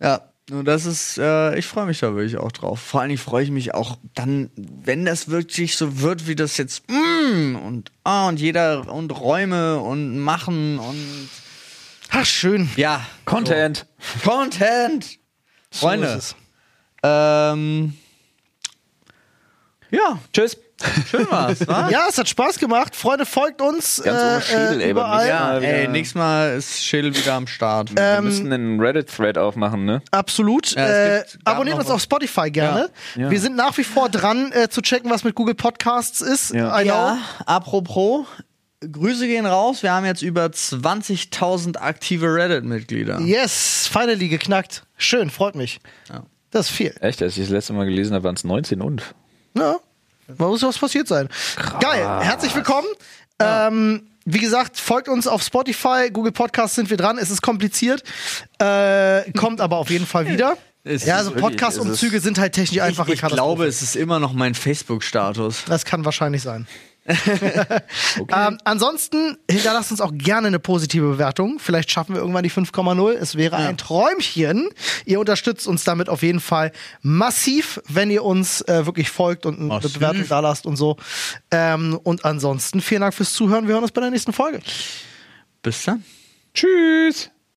Speaker 1: Ja, und das ist, äh, ich freue mich da wirklich auch drauf. Vor allen Dingen freue ich mich auch dann, wenn das wirklich so wird, wie das jetzt mm, und ah und jeder und Räume und machen und
Speaker 3: Ach, schön.
Speaker 1: ja
Speaker 2: Content!
Speaker 1: so. Content Freunde.
Speaker 3: So ist es.
Speaker 1: ähm, ja,
Speaker 2: Tschüss!
Speaker 1: schön war's, wa?
Speaker 3: Ja, es hat Spaß gemacht. Freunde, folgt uns.
Speaker 2: Ganz ohne Schädel,
Speaker 3: äh,
Speaker 2: ey,
Speaker 3: äh,
Speaker 2: beim
Speaker 3: überall.
Speaker 2: nächsten
Speaker 1: Ja,
Speaker 2: Mal wieder-
Speaker 1: ey, nächstes Mal ist Schädel wieder am Start.
Speaker 2: Wir müssen einen Reddit-Thread aufmachen, ne?
Speaker 3: Absolut.
Speaker 1: Ja, es
Speaker 3: äh,
Speaker 1: gibt- gab
Speaker 3: abonniert
Speaker 1: noch
Speaker 3: uns
Speaker 1: was.
Speaker 3: auf Spotify gerne.
Speaker 2: Ja.
Speaker 3: Wir sind nach wie vor dran, äh, zu checken, was mit Google Podcasts ist.
Speaker 2: Ja.
Speaker 3: I know.
Speaker 1: Ja, apropos, Grüße gehen raus. Wir haben jetzt über 20.000 aktive Reddit-Mitglieder.
Speaker 3: Yes, finally geknackt. Schön, freut mich.
Speaker 1: Ja.
Speaker 3: Das ist viel.
Speaker 2: Echt, als ich das letzte Mal gelesen habe, waren es 19 und.
Speaker 3: Ja, da muss was passiert sein. Geil, herzlich willkommen. Ähm, wie gesagt, folgt uns auf Spotify, Google Podcasts sind wir dran. Es ist kompliziert, äh, kommt aber auf jeden Fall wieder.
Speaker 1: Es
Speaker 3: ja,
Speaker 1: ist
Speaker 3: also
Speaker 2: wirklich-
Speaker 3: Podcast-Umzüge sind halt technisch einfach
Speaker 1: ich, ich glaube, es ist immer noch mein Facebook-Status.
Speaker 3: Das kann wahrscheinlich sein. ähm, ansonsten hinterlasst uns auch gerne eine positive Bewertung. Vielleicht schaffen wir irgendwann die 5,0. Es wäre ein Träumchen. Ihr unterstützt uns damit auf jeden Fall massiv, wenn ihr uns äh, wirklich folgt und eine
Speaker 1: Massiv.
Speaker 3: Bewertung da lasst und so. Ähm, und ansonsten vielen Dank fürs Zuhören. Wir hören uns bei der nächsten Folge.
Speaker 1: Bis dann.
Speaker 2: Tschüss!